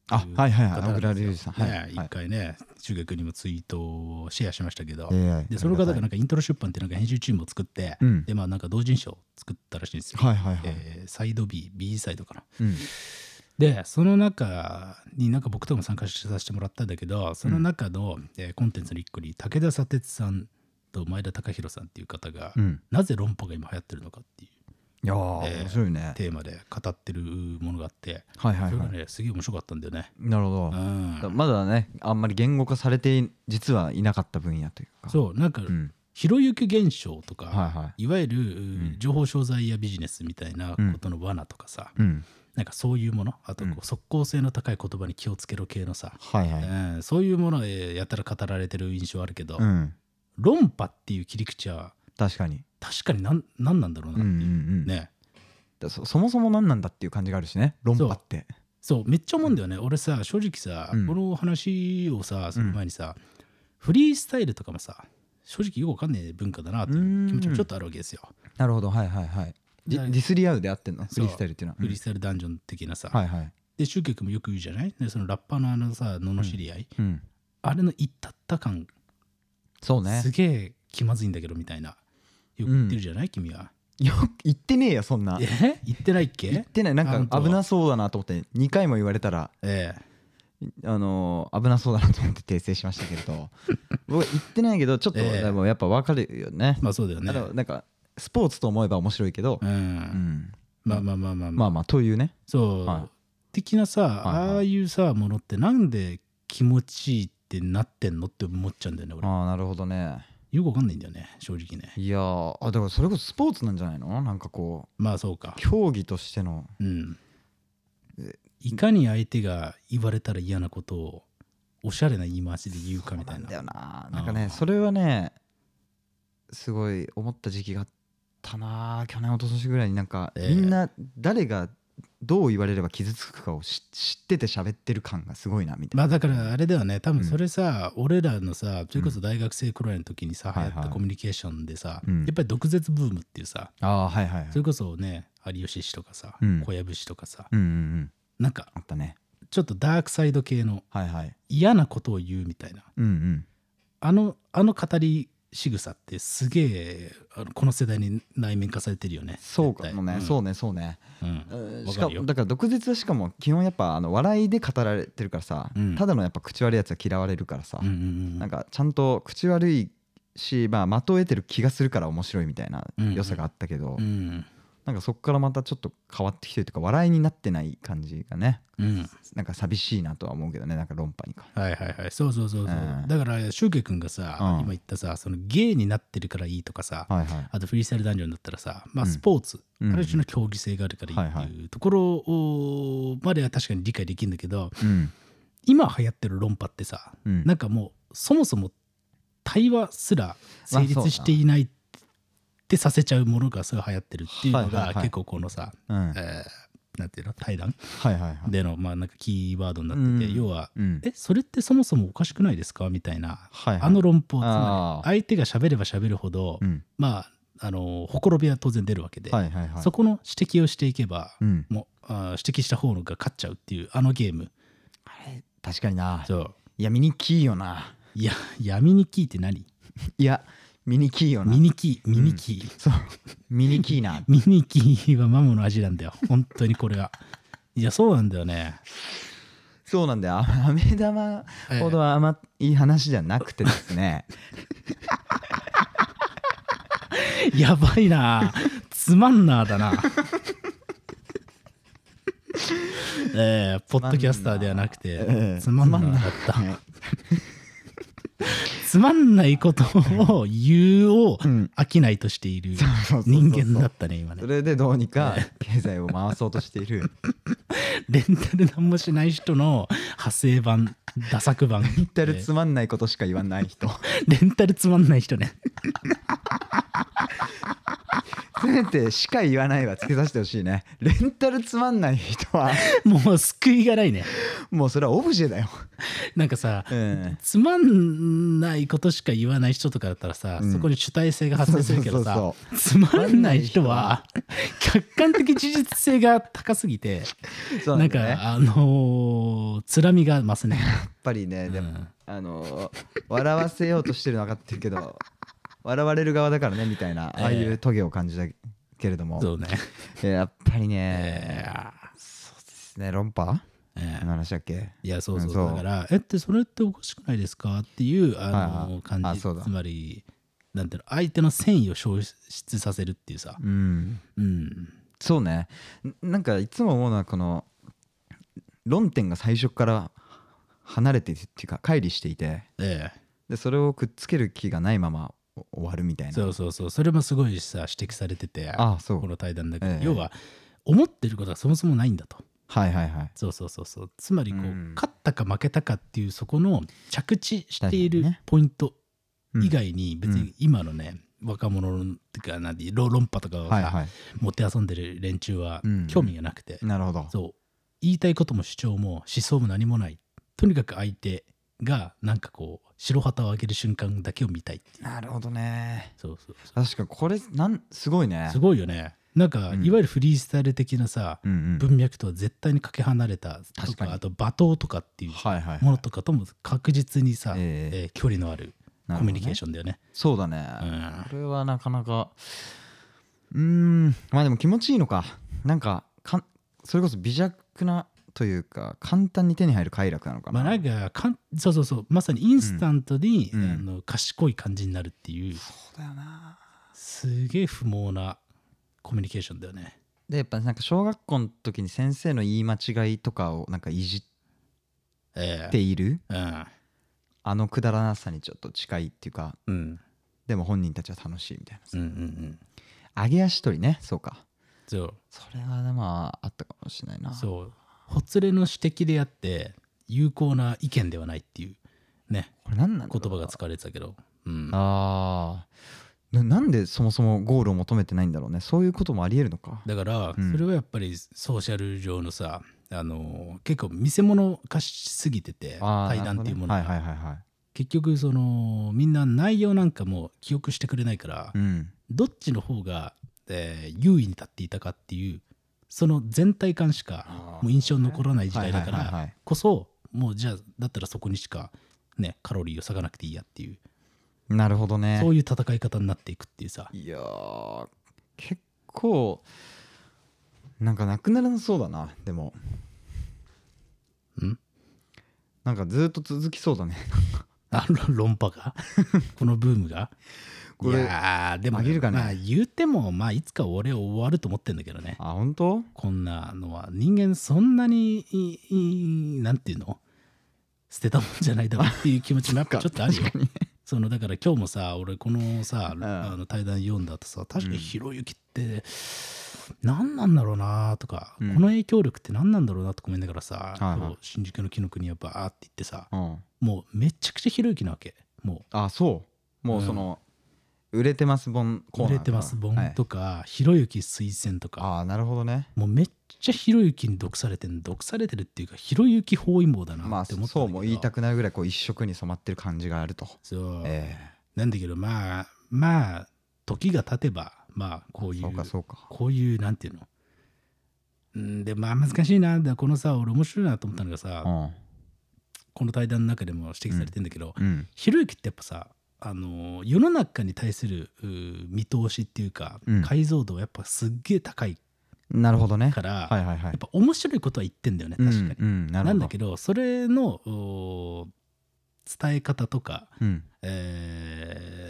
Speaker 3: あはいはいはい
Speaker 2: とう方
Speaker 3: 小倉
Speaker 2: なんです
Speaker 3: 隆
Speaker 2: よ
Speaker 3: 二さんはい
Speaker 2: ね
Speaker 3: はい
Speaker 2: 一回ね中学にもツイートをシェアしましたけど、
Speaker 3: ええ
Speaker 2: でその方がなん
Speaker 3: あ
Speaker 2: かイントロ出版っていうなんか編集チームを作って、
Speaker 3: うん
Speaker 2: でまあなんか同人誌を作ったらしいんですよ。
Speaker 3: りがたいはいはいはい、
Speaker 2: えーサイド B、B サイドかな。
Speaker 3: うん
Speaker 2: で、その中になんか僕とも参加させてもらったんだけど、その中の、えーコンテンツの一個に武田砂鉄さんと前田隆弘さんっていう方が、
Speaker 3: うん、
Speaker 2: なぜ論破が今流行ってるのかっていう
Speaker 3: いやー、
Speaker 2: ええ
Speaker 3: 面白いね。
Speaker 2: テーマで語ってるものがあって、
Speaker 3: はいはい
Speaker 2: それ
Speaker 3: は
Speaker 2: が
Speaker 3: い。
Speaker 2: ね、すげえ面白かったんだよね。
Speaker 3: なるほ
Speaker 2: う
Speaker 3: ど。
Speaker 2: ん、
Speaker 3: まだねあんまり言語化されて実はいなかった分野というか。う。
Speaker 2: そう、なんか、
Speaker 3: ん、
Speaker 2: ひろゆき現象とか、
Speaker 3: はいはい
Speaker 2: わゆる、
Speaker 3: ん
Speaker 2: 情報商材やビジネスみたいなことの罠とかさ、
Speaker 3: い。うん。
Speaker 2: なんかそういうもの、あとこ
Speaker 3: う
Speaker 2: う
Speaker 3: ん
Speaker 2: 即効性の高い言葉に気をつけろ系のさ、
Speaker 3: はいはい。
Speaker 2: うん、そういうものをえーやたら語られてる印象あるけど、
Speaker 3: うん。
Speaker 2: 論破っていう切り口は
Speaker 3: 確かに。
Speaker 2: 確かになんなんなんだろうな
Speaker 3: う
Speaker 2: っ
Speaker 3: んう
Speaker 2: てい
Speaker 3: ん
Speaker 2: う、
Speaker 3: うん。
Speaker 2: ね
Speaker 3: だそそもそも何なんだっていう感じがあるしね論破って。
Speaker 2: そうめっちゃ思うんだよね、俺さ正直さ、
Speaker 3: うん
Speaker 2: この話をさする前にさ、フリースタイルとかもさ正直よくわかんねえ文化だなという気持ちもちょっとあるわけですよ、
Speaker 3: なるほどはいはいはい。デ
Speaker 2: だ
Speaker 3: ィディスり合うであってんの
Speaker 2: そう
Speaker 3: フリースタイルっていうのは。
Speaker 2: フリースタイルダンジョン的なさ、
Speaker 3: はいはい。
Speaker 2: で集客もよく言うじゃないでそのラッパーのあのさ罵り合い、
Speaker 3: うん。
Speaker 2: あれの言ったった感、
Speaker 3: そうね
Speaker 2: す。げえ気まずいんだけどみたいなよく言ってるじゃない、君は
Speaker 3: よく言ってねえよそんな。
Speaker 2: え
Speaker 3: 言
Speaker 2: 言ってないっけ
Speaker 3: ってないなん
Speaker 2: 本当
Speaker 3: か危なそうだなと思って2回も言われたら
Speaker 2: ええ
Speaker 3: あのー危なそうだなと思って訂正しましたけ れど僕は言ってないけどちょっと
Speaker 2: ええ
Speaker 3: でもやっぱ分かるよね,、
Speaker 2: まあそうだよね
Speaker 3: あのなんかスポーツと思えば面白いけど
Speaker 2: う、
Speaker 3: うん
Speaker 2: ん、まあまあまあまあ
Speaker 3: ま
Speaker 2: まあ
Speaker 3: あまあというね
Speaker 2: そう、
Speaker 3: はい
Speaker 2: 的なさ、
Speaker 3: いはい
Speaker 2: ああいうさものってなんで気持ちいいってなってんのって思っちゃうんだよね
Speaker 3: あ
Speaker 2: 俺
Speaker 3: あなるほどね
Speaker 2: よくわかんないんだよね正直ね
Speaker 3: いやーあだからそれこそスポーツなんじゃないのなんかこ
Speaker 2: まあそうか
Speaker 3: う競技としての
Speaker 2: うんいかに相手が言われたら嫌なことをおしゃれな言い回しで言うかみた
Speaker 3: ないん
Speaker 2: な
Speaker 3: だよな
Speaker 2: うん
Speaker 3: なんかねそれはねすごい思った時期があったな去年一昨年ぐらいになんか
Speaker 2: ええ
Speaker 3: みんな誰がどう言われれば傷つくかを知知ってて喋ってる感がすごいなみたい
Speaker 2: ま
Speaker 3: な
Speaker 2: あだからあれだよね多分それさ、俺らのさそれこそ大学生くらいの時にさ、
Speaker 3: うん
Speaker 2: 流行っ
Speaker 3: はい
Speaker 2: た
Speaker 3: はい
Speaker 2: コミュニケーションでさ、
Speaker 3: うん
Speaker 2: やっぱり毒舌ブームっていうさ、
Speaker 3: ああはいはいはい
Speaker 2: それこそね有吉氏とかさ、
Speaker 3: うん
Speaker 2: 小籔氏とかさ
Speaker 3: うんうんうん
Speaker 2: なんか
Speaker 3: あったね
Speaker 2: ちょっとダークサイド系の
Speaker 3: はいはい
Speaker 2: 嫌なことを言うみたいな
Speaker 3: うんうん
Speaker 2: あのあの語り仕草ってすげえあのこの世代に内面化されてるよね
Speaker 3: そうか
Speaker 2: 絶対
Speaker 3: もね、
Speaker 2: ん
Speaker 3: そうねそうね、
Speaker 2: うん
Speaker 3: うん
Speaker 2: わ
Speaker 3: し
Speaker 2: か
Speaker 3: か
Speaker 2: るよ
Speaker 3: もだから毒舌はしかも基本やっぱあの笑いで語られてるからさ、
Speaker 2: うん
Speaker 3: ただのやっぱ口悪いやつは嫌われるからさ、
Speaker 2: うんうんう
Speaker 3: なん
Speaker 2: ん
Speaker 3: かちゃんと口悪いし、まあ、的を得てる気がするから面白いみたいな
Speaker 2: うん
Speaker 3: 良さがあったけど、
Speaker 2: うん
Speaker 3: なんかそこからまたちょっと変わってきてるというか笑いになってない感じがね
Speaker 2: うん
Speaker 3: なんか寂しいなとは思うけどねなんか論破にか
Speaker 2: はいはいはいそうそうそうそう、
Speaker 3: うん
Speaker 2: だからシュウケ君がさ、
Speaker 3: うん
Speaker 2: 今言ったさそのゲイになってるからいいとかさ、
Speaker 3: はいはい
Speaker 2: あとフリースタイルダンジョンだったらさ、まあ、
Speaker 3: うん
Speaker 2: スポーツ、
Speaker 3: うん
Speaker 2: ある種の競技性があるからいいっていう、
Speaker 3: はい
Speaker 2: ところをまでは確かに理解できるんだけど
Speaker 3: うん
Speaker 2: 今流行ってる論破ってさ、
Speaker 3: うん
Speaker 2: なんかもうそもそも対話すら成立していないってさせちゃうものがすごい流行ってるっていうの
Speaker 3: はいは
Speaker 2: が
Speaker 3: いはい
Speaker 2: 結構このさ、
Speaker 3: うん
Speaker 2: えーなんていうの対談
Speaker 3: はいはいはい。
Speaker 2: での、まあ、なんかキーワードになってて、
Speaker 3: うん
Speaker 2: 要は、
Speaker 3: うん
Speaker 2: えそれってそもそもおかしくないですかみたいな、
Speaker 3: はいはい
Speaker 2: あの論法つ
Speaker 3: あ
Speaker 2: ま
Speaker 3: ー
Speaker 2: り相手が喋れば喋るほど、
Speaker 3: うん
Speaker 2: まああのほころびは当然出るわけで、
Speaker 3: はいはいはい。
Speaker 2: そこの指摘をしていけば、
Speaker 3: うん。
Speaker 2: もうあー指摘した方が勝っちゃうっていうあのゲーム
Speaker 3: 確かにな。
Speaker 2: そう
Speaker 3: いや、ミニキーよな。
Speaker 2: いや闇にキーって何
Speaker 3: いや、ミニキーよな
Speaker 2: ミ。ニキーミニキー、
Speaker 3: そう。ミニキーな。
Speaker 2: ミニキーはマモの味なんだよ本当にこれがいやそうなんだよね
Speaker 3: そうなんだよ。あ飴玉ほど甘い話じゃなくてですね。
Speaker 2: やばいなつまんなだなえー、ポッドキャスターではなく
Speaker 3: え
Speaker 2: て
Speaker 3: え
Speaker 2: つまんなだったつまんないことを言うを
Speaker 3: ん
Speaker 2: 飽きないとしている
Speaker 3: そうそうそうそう
Speaker 2: 人間だったね今
Speaker 3: そ
Speaker 2: ね
Speaker 3: れでどうにか経済を回そうとして いる。
Speaker 2: レンタルなんもしない人の派生版打作版レン
Speaker 3: 至るつまんないことしか言わない人。
Speaker 2: レンタルつまんない人ね
Speaker 3: せめてしか言わないは付けさせてほしいね。レンタルつまんない人 は、
Speaker 2: もう救いがないね
Speaker 3: もうそれはオブジェだよ。
Speaker 2: なんかさ、
Speaker 3: うん
Speaker 2: つまんないことしか言わない人とかだったらさ、
Speaker 3: うん
Speaker 2: そこに主体性が発生するけどさ
Speaker 3: そう
Speaker 2: つまんない人は客観的事実性が高すぎて
Speaker 3: そう
Speaker 2: な,、
Speaker 3: なん
Speaker 2: ん
Speaker 3: だよね。
Speaker 2: かあのー、つらみが増 すね
Speaker 3: やっぱりね、でも、
Speaker 2: うん
Speaker 3: あのー笑わせようとしてるのは分かってる けど笑われる側だからねみたいなああいうトゲを感じたけれども、
Speaker 2: そうね
Speaker 3: えーやっぱりね、
Speaker 2: えー
Speaker 3: ですね論破
Speaker 2: えー
Speaker 3: の話だっけ
Speaker 2: いやそうそう
Speaker 3: うんそう
Speaker 2: だから「えってそれっておかしくないですか?」っていうあの
Speaker 3: はいはい
Speaker 2: 感じ
Speaker 3: あそうだ
Speaker 2: つまりなんていうの相手の繊維を消失させるっていうさ
Speaker 3: うん
Speaker 2: うん
Speaker 3: そうねんなんかいつも思うのはこの論点が最初から離れてっていうか乖離していて
Speaker 2: ええ
Speaker 3: でそれをくっつける気がないまま終わるみたいな
Speaker 2: そうそうそうそれもすごいさ指摘されてて
Speaker 3: あそう
Speaker 2: この対談だけど、
Speaker 3: ええ
Speaker 2: 要は思ってることがそもそもないんだと
Speaker 3: はいはいはい
Speaker 2: そうそうそうそうつまりこう、
Speaker 3: うん
Speaker 2: 勝ったか負けたかっていうそこの着地している
Speaker 3: 確かにね
Speaker 2: ポイント
Speaker 3: うん
Speaker 2: 以外に別に今のね、若者のっていうかなんて論論破とかをさ、
Speaker 3: はいは
Speaker 2: 持って遊んでる連中は
Speaker 3: うん
Speaker 2: 興味がなくて、
Speaker 3: いなるほど
Speaker 2: そう言いたいことも主張も思想も何もないとにかく相手がなんかこう白旗を上げる瞬間だけを見たいっていう
Speaker 3: なるほどね
Speaker 2: そうそうそう
Speaker 3: 確かこれなんすごいね
Speaker 2: すごいよね。なんか、
Speaker 3: うん
Speaker 2: いわゆるフリースタイル的なさ、
Speaker 3: うんうん、
Speaker 2: 文脈とは絶対にかけ離れたと
Speaker 3: 確か
Speaker 2: か
Speaker 3: に
Speaker 2: あと罵倒とかっていう
Speaker 3: はいはいはい、
Speaker 2: ものとかとも確実にさ、
Speaker 3: ええ
Speaker 2: えー距離のある
Speaker 3: なるほどね
Speaker 2: コミュニケーションだよね。
Speaker 3: そうだね、
Speaker 2: うん
Speaker 3: これはなかなかうーんまあでも気持ちいいのかなんかかんそれこそ微弱なというか簡単に手に入る快楽なのか
Speaker 2: ま
Speaker 3: な、
Speaker 2: あなんかかんそうそうそうまさにインスタントに、
Speaker 3: うん
Speaker 2: あの賢い感じになるっていう
Speaker 3: そうだよな
Speaker 2: すげえ不毛なコミュニケーションだよね。
Speaker 3: でやっぱなんか小学校の時に先生の言い間違いとかをなんかいじっ
Speaker 2: え
Speaker 3: ている
Speaker 2: え
Speaker 3: あのくだらなさにちょっと近いっていうか
Speaker 2: うんうん
Speaker 3: でも本人たちは楽しいみたいな
Speaker 2: う
Speaker 3: さ、
Speaker 2: んうんうん
Speaker 3: 上げ足取りねそうか
Speaker 2: そう
Speaker 3: それはねまああったかもしれないな
Speaker 2: そうほつれの指摘であって有効な意見ではないっていうね
Speaker 3: これ何なんだろう
Speaker 2: 言葉が使われてたけど。うん、
Speaker 3: あーななんでそもそもゴールを求めてないんだろうねそういうこともありえるのか
Speaker 2: だから
Speaker 3: うん
Speaker 2: それはやっぱりソーシャル上のさ、あのー結構見せ物化しすぎてて
Speaker 3: あー
Speaker 2: 対談っていうもの
Speaker 3: な
Speaker 2: が、
Speaker 3: るほどねはいはいはいはい
Speaker 2: 結局そのみんな内容なんかも記憶してくれないから、
Speaker 3: うん
Speaker 2: どっちの方が、えー優位に立っていたかっていうその全体感しか
Speaker 3: あー
Speaker 2: もう印象に残らない時代だか
Speaker 3: はいはいはいは
Speaker 2: ら
Speaker 3: い
Speaker 2: こそもうじゃあだったらそこにしかねカロリーを割かなくていいやっていう
Speaker 3: なるほどね
Speaker 2: そういう戦い方になっていくっていうさ
Speaker 3: いやー結構なんかなくならなそうだなでも
Speaker 2: ん
Speaker 3: なんかずっと続きそうだね
Speaker 2: あの論破がこのブームがい
Speaker 3: これ
Speaker 2: やーでも、
Speaker 3: あげるかね
Speaker 2: まあ言うてもまあいつか俺終わると思ってんだけどね
Speaker 3: あ本当
Speaker 2: こんなのは人間そんなにいいなんていうの捨てたもんじゃないだろうっていう気持ちも やっぱちょっとあるよ。そのだから今日もさ俺このさ、
Speaker 3: ん
Speaker 2: あの対談読んだとさ確かにひろゆきって何なんだろうなとか、
Speaker 3: うん
Speaker 2: この影響力って何なんだろうなとか思いながらさ、
Speaker 3: はいはい
Speaker 2: 今日新宿の木の国はバーって行ってさ
Speaker 3: うん
Speaker 2: もうめちゃくちゃひろゆきなわけもう
Speaker 3: あそうもうその、売れてます本コー
Speaker 2: 売
Speaker 3: ナーとか
Speaker 2: れてます本
Speaker 3: はい
Speaker 2: とか、ひろゆき推薦とか、
Speaker 3: ああなるほどね
Speaker 2: もうめっちゃひろゆきに毒されてる、毒されてるっていうか、ひろゆき包囲網だ
Speaker 3: ま
Speaker 2: な
Speaker 3: あ
Speaker 2: って思ったんだけど、
Speaker 3: そうも言いたくなるぐらいこう一色に染まってる感じがあると
Speaker 2: そう、
Speaker 3: え
Speaker 2: なんだけど、まあ、まあ、時が経てば、まあ、こうい
Speaker 3: そう
Speaker 2: う
Speaker 3: かそうか
Speaker 2: こういうなんていうのうんでまあ難しいなだこのさ俺面白いなと思ったのがさ、
Speaker 3: うん
Speaker 2: この対談の中でも指摘されてんだけど、
Speaker 3: うん
Speaker 2: ひろゆきってやっぱさあのー世の中に対するうー見通しっていうか、
Speaker 3: うん
Speaker 2: 解像度はやっぱすっげえ高い
Speaker 3: なるほどね
Speaker 2: から、
Speaker 3: はいはいは
Speaker 2: や
Speaker 3: い
Speaker 2: っぱ面白いことは言ってんだよね確かに。
Speaker 3: うんうん、なる
Speaker 2: な
Speaker 3: ほ
Speaker 2: ん
Speaker 3: ど
Speaker 2: だけどそれのおー伝え方とか、
Speaker 3: うん
Speaker 2: えー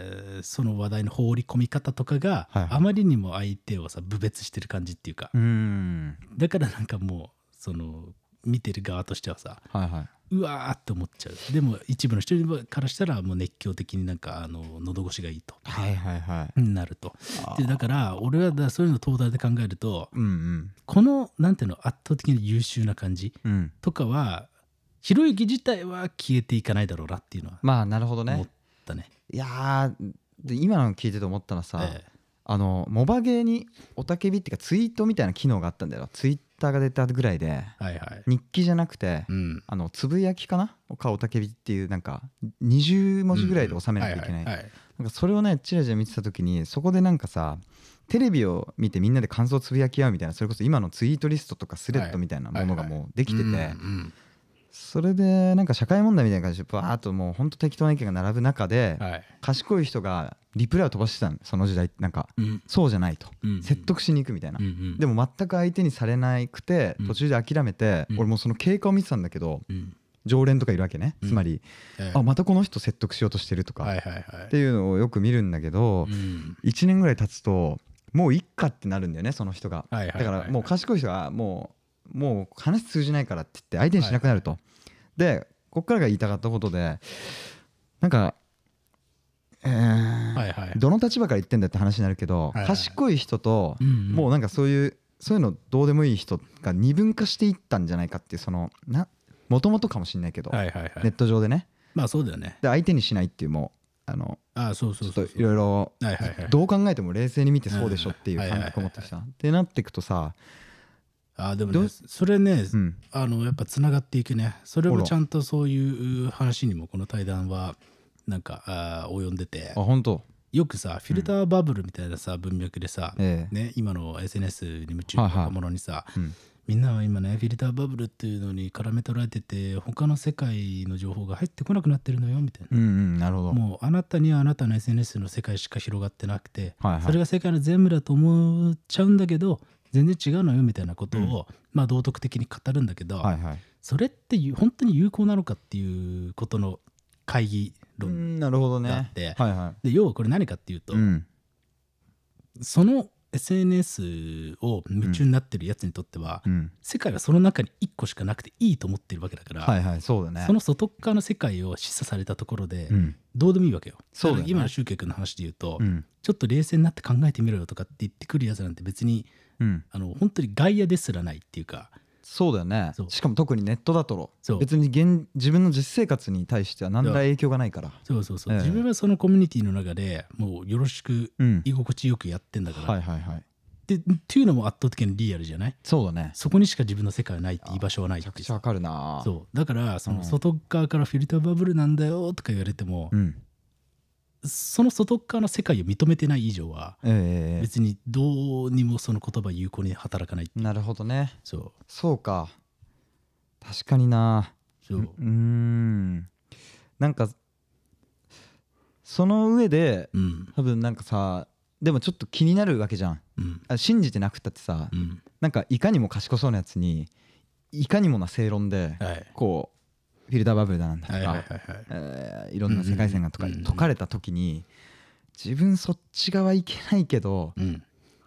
Speaker 2: その話題の放り込み方とかが、
Speaker 3: はいはい
Speaker 2: あまりにも相手をさ侮蔑してる感じっていうか、
Speaker 3: うん
Speaker 2: だからなんかもうその見てる側としてはさ
Speaker 3: はいはいう
Speaker 2: わーって思っちゃうでも一部の人からしたらもう熱狂的になんかあの喉越しがいいと
Speaker 3: はいはいはい
Speaker 2: なるとでだから俺はだからそういうの東大で考えると
Speaker 3: うんうん
Speaker 2: このなんていうの圧倒的に優秀な感じ
Speaker 3: うん
Speaker 2: とかはひろゆき自体は消えていかないだろうなっていうのは
Speaker 3: まあなるほど
Speaker 2: 思っ
Speaker 3: ね
Speaker 2: たね
Speaker 3: いやーで今の聞いてて思ったのさ、
Speaker 2: え
Speaker 3: あのモバゲーにおたけびっていうかツイートみたいな機能があったんだよツイッターが出たぐらいで
Speaker 2: えはいはい
Speaker 3: 日記じゃなくて、
Speaker 2: うん
Speaker 3: あのつぶやきかなかおたけびっていうなんか20文字ぐらいで収めなきゃいけない、
Speaker 2: うんはいはいはい
Speaker 3: なんかそれをねチラチラ見てた時にそこでなんかさテレビを見てみんなで感想をつぶやき合うみたいなそれこそ今のツイートリストとかスレッドみたいなものがもうできて
Speaker 2: うんう
Speaker 3: て
Speaker 2: ん
Speaker 3: それでなんか社会問題みたいな感じでバーっともうほんと適当な意見が並ぶ中で
Speaker 2: はい
Speaker 3: 賢い人がリプライを飛ばしてたのその時代なんか
Speaker 2: うん
Speaker 3: そうじゃないと
Speaker 2: うん
Speaker 3: 説得しに行くみたいな
Speaker 2: うんうん
Speaker 3: でも全く相手にされなくて
Speaker 2: うん
Speaker 3: 途中で諦めて
Speaker 2: うん
Speaker 3: 俺もうその経過を見てたんだけど
Speaker 2: うん
Speaker 3: 常連とかいるわけね
Speaker 2: うん
Speaker 3: つまり
Speaker 2: ええ
Speaker 3: あまたこの人説得しようとしてると
Speaker 2: は
Speaker 3: か
Speaker 2: いはいはい
Speaker 3: っていうのをよく見るんだけど
Speaker 2: うん
Speaker 3: 1年ぐらい経つともういっかってなるんだよねその人が
Speaker 2: はいはい
Speaker 3: だ
Speaker 2: はい
Speaker 3: か
Speaker 2: はい
Speaker 3: らもう賢い人がもうもう話通じないからって言って相手にしなくなるとでこっからが言いたかったことでなんかえー
Speaker 2: はいはい
Speaker 3: どの立場から言ってんだって話になるけど
Speaker 2: いはい
Speaker 3: 賢い人ともう
Speaker 2: う
Speaker 3: なんかそういうそういうのどうでもいい人が二分化していったんじゃないかっていうそのなもともとかもしれないけど
Speaker 2: んはいはいはい、
Speaker 3: ネット上でね
Speaker 2: まあそうだよね
Speaker 3: で相手にしないっていうもうあの
Speaker 2: ああそう
Speaker 3: ち
Speaker 2: そ
Speaker 3: ょ
Speaker 2: う
Speaker 3: っ
Speaker 2: そ
Speaker 3: と
Speaker 2: う
Speaker 3: いろいろ
Speaker 2: はいはいはい
Speaker 3: どう考えても冷静に見てそうでしょっていう
Speaker 2: うん
Speaker 3: 感覚を持ってきたってなっていくとさ
Speaker 2: ああでも
Speaker 3: ど
Speaker 2: ね
Speaker 3: う
Speaker 2: それね、
Speaker 3: うん
Speaker 2: あのやっぱつながっていくねそれ
Speaker 3: ほ
Speaker 2: も
Speaker 3: ら
Speaker 2: ちゃんとそういう話にもこの対談はなんかあー及んでて
Speaker 3: あ本当
Speaker 2: よくさフィルターバブルみたいなさ文脈でさ、
Speaker 3: ええ
Speaker 2: ね、今の SNS に夢中の
Speaker 3: はいはい
Speaker 2: 若者にさ、
Speaker 3: うん
Speaker 2: みんなは今ねフィルターバブルっていうのに絡め取られてて他の世界の情報が入ってこなくなってるのよみたいな。
Speaker 3: うんうんなるほど
Speaker 2: もうあなたにはあなたの SNS の世界しか広がってなくて、
Speaker 3: はいはい
Speaker 2: それが世界の全部だと思っちゃうんだけど全然違うのよみたいなことを、まあ道徳的に語るんだけど、
Speaker 3: はいはい
Speaker 2: それってゆ本当に有効なのかっていうことの会議
Speaker 3: う
Speaker 2: 論
Speaker 3: んなるほど
Speaker 2: があ
Speaker 3: ね
Speaker 2: って
Speaker 3: はいは
Speaker 2: で要はこれ何かっていうと、
Speaker 3: いうん
Speaker 2: その SNS を夢中になってるやつにとっては、
Speaker 3: うん
Speaker 2: 世界はその中に1個しかなくていいと思ってるわけだから、
Speaker 3: はいはいそうだね
Speaker 2: その外っ側の世界を示唆されたところで、
Speaker 3: うん
Speaker 2: どうでもいいわけよ。
Speaker 3: そうだよね
Speaker 2: から今の集客の話で言うと、
Speaker 3: うん
Speaker 2: ちょっと冷静になって考えてみろよとかって言ってくるやつなんて別に
Speaker 3: うん
Speaker 2: あの本当に外野ですらないっていうか
Speaker 3: そうだよね
Speaker 2: そう
Speaker 3: しかも特にネットだと
Speaker 2: そう
Speaker 3: 別に現自分の実生活に対しては何ら影響がないから
Speaker 2: そうそうそう、
Speaker 3: ええ
Speaker 2: 自分はそのコミュニティの中でもうよろしく
Speaker 3: うん
Speaker 2: 居心地よくやってんだから、
Speaker 3: はいはいはい
Speaker 2: でっていうのも圧倒的にリアルじゃない
Speaker 3: そうだね
Speaker 2: そこにしか自分の世界はないって居場所はない
Speaker 3: め
Speaker 2: っ
Speaker 3: ち
Speaker 2: て
Speaker 3: ゃ
Speaker 2: い
Speaker 3: く
Speaker 2: う
Speaker 3: ちゃわかるな
Speaker 2: そうだからそうの
Speaker 3: ん
Speaker 2: 外側からフィルターバブルなんだよとか言われても、
Speaker 3: うん
Speaker 2: その外側の世界を認めてない以上は
Speaker 3: ええ
Speaker 2: 別にどうにもその言葉有効に働かない
Speaker 3: なるほどね
Speaker 2: そう
Speaker 3: そうか確かにな
Speaker 2: そう、
Speaker 3: うーんなんかその上で
Speaker 2: うん
Speaker 3: 多分なんかさでもちょっと気になるわけじゃん
Speaker 2: うん
Speaker 3: あ信じてなくったってさ
Speaker 2: うん
Speaker 3: なんかいかにも賢そうなやつにいかにもな正論で
Speaker 2: はい
Speaker 3: こうフィルターバブルだなんだと
Speaker 2: はいはいはい
Speaker 3: か
Speaker 2: はい
Speaker 3: えーいろんな世界線がとか
Speaker 2: うんうんうん
Speaker 3: 解かれた時に自分そっち側いけないけど
Speaker 2: うん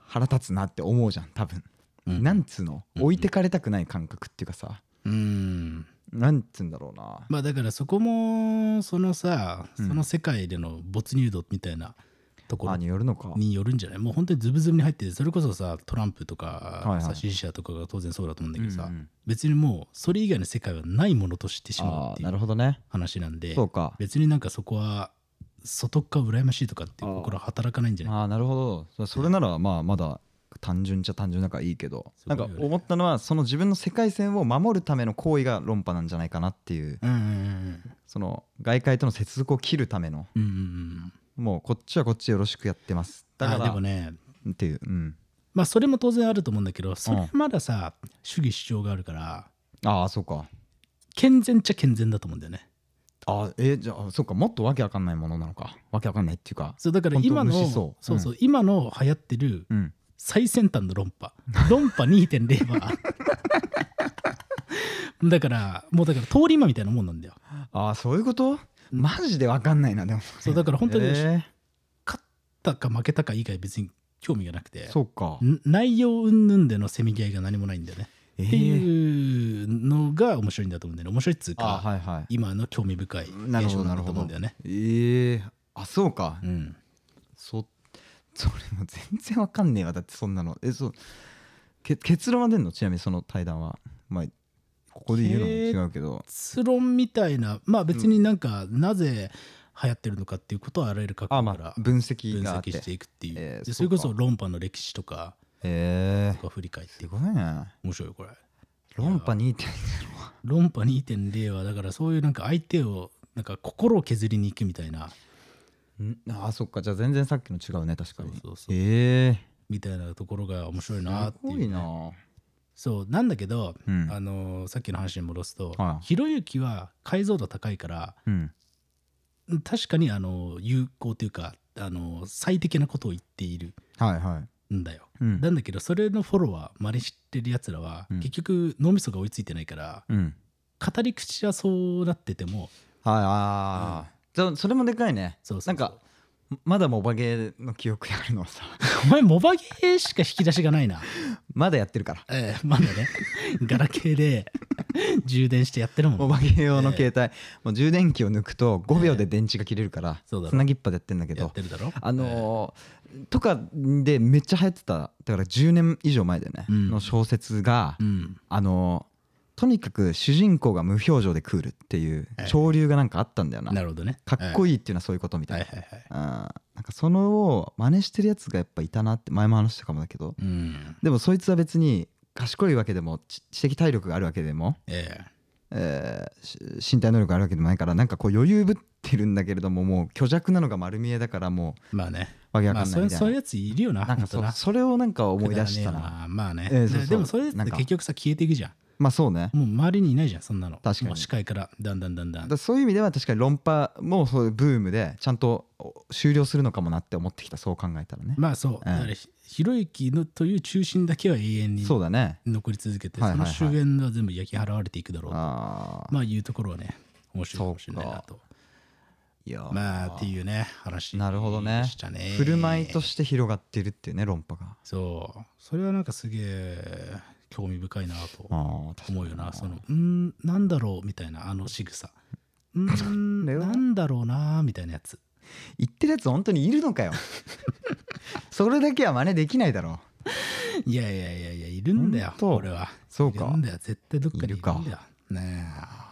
Speaker 3: 腹立つなって思うじゃん多分
Speaker 2: うん
Speaker 3: なんつうの
Speaker 2: うん
Speaker 3: 置いてかれたくない感覚っていうかさ
Speaker 2: うん
Speaker 3: なんつうんだろうな
Speaker 2: まあだからそこもそのさ、
Speaker 3: うん
Speaker 2: その世界での没入度みたいなところ
Speaker 3: あによるのか
Speaker 2: によるんじゃないもう本当にズブズブに入っててそれこそさトランプとか
Speaker 3: はいはい
Speaker 2: さ支持者とかが当然そうだと思うんだけどさ、
Speaker 3: うんうん
Speaker 2: 別にもうそれ以外の世界はないものとしてしまう
Speaker 3: あ
Speaker 2: って
Speaker 3: ー
Speaker 2: い
Speaker 3: なる
Speaker 2: う
Speaker 3: ほどね
Speaker 2: 話なんで
Speaker 3: そうか
Speaker 2: 別になんかそこは外っ側羨ましいとかっていう心は働かないんじゃない
Speaker 3: ああなるほどそそれならまあまだ単純っちゃ単純だからいいけど
Speaker 2: すご
Speaker 3: ないん
Speaker 2: よ
Speaker 3: か
Speaker 2: ね
Speaker 3: 思ったのはその自分の世界線を守るための行為が論破なんじゃないかなっていう
Speaker 2: うんうん
Speaker 3: その外界との接続を切るための
Speaker 2: うんうんうん
Speaker 3: もうこっちはこっちよろしくやってますだか
Speaker 2: あでも
Speaker 3: ら
Speaker 2: ね
Speaker 3: っていううん
Speaker 2: まあそれも当然あると思うんだけどそれ
Speaker 3: うん
Speaker 2: はまださ、主義主張があるから
Speaker 3: ああそうか
Speaker 2: 健全っちゃ健全だと思うんだよね
Speaker 3: ああえーじゃあそうかもっとわけわかんないものなのかわけわかんないっていうか
Speaker 2: そうだから
Speaker 3: 本当
Speaker 2: 今の
Speaker 3: 無思想
Speaker 2: そうそうう今の流行ってる
Speaker 3: うん
Speaker 2: 最先端の論破論破2.0は だからもうだから通り魔みたいなもんなんだよ
Speaker 3: ああそういうことマジでわかんないなでも
Speaker 2: そうだから本当に
Speaker 3: え
Speaker 2: 勝ったか負けたか以外別に興味がなくて
Speaker 3: ーそうか
Speaker 2: ん内容云々でのせめぎ合いが何もないんだよね、
Speaker 3: え
Speaker 2: ってい
Speaker 3: ー
Speaker 2: うのが面白いんだと思うんだよね面白いっつうか、
Speaker 3: あーはいはい
Speaker 2: 今の興味深い
Speaker 3: なる
Speaker 2: 現
Speaker 3: ほ
Speaker 2: 象
Speaker 3: ど
Speaker 2: な
Speaker 3: なんる
Speaker 2: だと思
Speaker 3: ほ
Speaker 2: う
Speaker 3: ど
Speaker 2: んだよね
Speaker 3: ええあそうか、
Speaker 2: うん
Speaker 3: そそれも全然わかんねえわだってそんなのえそうけ結論は出んのちなみにその対談はまあここで言うのも違うけど
Speaker 2: 結論みたいなまあ別になんか、なぜ流行ってるのかっていうことはあらゆる角
Speaker 3: あ
Speaker 2: 度
Speaker 3: ま
Speaker 2: から
Speaker 3: あ分
Speaker 2: 分
Speaker 3: 析があっ
Speaker 2: 析
Speaker 3: て
Speaker 2: していくっていう、
Speaker 3: えー
Speaker 2: でそ
Speaker 3: そう
Speaker 2: れ
Speaker 3: か
Speaker 2: こそ論破の歴史とか
Speaker 3: ええ
Speaker 2: とか振り返って
Speaker 3: す
Speaker 2: いく
Speaker 3: ごいね
Speaker 2: 面白いよこれ
Speaker 3: 論破2点
Speaker 2: 論破2.0はだからそういうなんか相手をなんか心を削りに行くみたいな
Speaker 3: あそっかじゃあ全然さっきの違うね確かに
Speaker 2: そうそうそう
Speaker 3: え
Speaker 2: みたいなところが面白い
Speaker 3: え
Speaker 2: なっ
Speaker 3: す
Speaker 2: て
Speaker 3: ご
Speaker 2: い
Speaker 3: いうな
Speaker 2: そうなんだけど、
Speaker 3: うん
Speaker 2: あのーさっきの話に戻すと、
Speaker 3: はい
Speaker 2: ひろゆきは解像度高いから
Speaker 3: うん
Speaker 2: うん確かにあのー有効というかあのー最適なことを言っている
Speaker 3: はいはい
Speaker 2: んだよ、
Speaker 3: うん
Speaker 2: なんだけどそれのフォロワー真似してるやつらは、
Speaker 3: うん
Speaker 2: 結局脳みそが追いついてないから
Speaker 3: うん
Speaker 2: 語り口はそうなってても
Speaker 3: はいああ、じゃあそれもでかいね
Speaker 2: そうそうそう
Speaker 3: なんかまだモバゲーの記憶やるのはさ
Speaker 2: お前モバゲーしか引き出しがないな
Speaker 3: まだやってるから
Speaker 2: ええまだねガラケーで充電してやってるも
Speaker 3: モ
Speaker 2: んね
Speaker 3: バゲー用の携帯、もう充電器を抜くと5秒で電池が切れるから、
Speaker 2: そうだろ
Speaker 3: つなぎっぱでやってんだけ
Speaker 2: やっ
Speaker 3: ど
Speaker 2: てるだろ
Speaker 3: あのーとかでめっちゃ流行ってただから10年以上前だよね、
Speaker 2: うん
Speaker 3: の小説が、
Speaker 2: うん
Speaker 3: あのーとにかく主人公が無表情でクールっていう
Speaker 2: ええ
Speaker 3: 潮流がなんかあったんだよな、
Speaker 2: なるほどね
Speaker 3: かっこ
Speaker 2: いい、
Speaker 3: いいっていうのはそういうことみたい
Speaker 2: は
Speaker 3: な、
Speaker 2: いはいはい
Speaker 3: あーなんかそのを真似してるやつがやっぱいたなって前も話したかもだけど
Speaker 2: うん
Speaker 3: でもそいつは別に賢いわけでも知知的体力があるわけでも
Speaker 2: ええ
Speaker 3: えーし身体能力があるわけでもないからなんかこう余裕ぶってるんだけれどももう虚弱なのが丸見えだからも
Speaker 2: まあね
Speaker 3: うわけわ
Speaker 2: まあ
Speaker 3: かんな
Speaker 2: そ
Speaker 3: いうみたいな,、
Speaker 2: そういうやついるよなほ
Speaker 3: なんか
Speaker 2: んと
Speaker 3: そ
Speaker 2: な
Speaker 3: それをなんか思い出した
Speaker 2: くだら
Speaker 3: な
Speaker 2: ねえまあね、
Speaker 3: ええそうそう
Speaker 2: でもそれって
Speaker 3: なんか
Speaker 2: 結局さ消えていくじゃん
Speaker 3: まあそうね
Speaker 2: もう周りにいないじゃんそんなの
Speaker 3: 確かに
Speaker 2: もう視界からだんだんだんだ
Speaker 3: だ
Speaker 2: ん
Speaker 3: からそういう意味では確かに論破もそういうブームでちゃんとお終了するのかもなって思ってきたそう考えたらね、
Speaker 2: まあそう、
Speaker 3: ん
Speaker 2: だからひひろゆきのという中心だけは永遠に
Speaker 3: そうだね
Speaker 2: 残り続けて、
Speaker 3: はいはいはい
Speaker 2: その周辺が全部焼き払われていくだろうと
Speaker 3: ああ
Speaker 2: まあいうところはね面白いかもしれないなと
Speaker 3: いやー
Speaker 2: まあっていうね話
Speaker 3: なるほどね
Speaker 2: でしたね
Speaker 3: 振る舞いとして広がってるっていうね論破が
Speaker 2: そうそれはなんかすげえ興味深いなと
Speaker 3: ああ
Speaker 2: 思うよなそのうんなんだろうみたいなあの仕草 うん
Speaker 3: それは
Speaker 2: なんだろうなみたいなやつ
Speaker 3: 言ってるやつ本当にいるの かよそれだけは真似できないだろ
Speaker 2: いやいやいやいやいるんだよ
Speaker 3: ほんと
Speaker 2: 俺は
Speaker 3: そうか
Speaker 2: いるんだよ絶対どっかにいるんだよ
Speaker 3: いる
Speaker 2: ねえ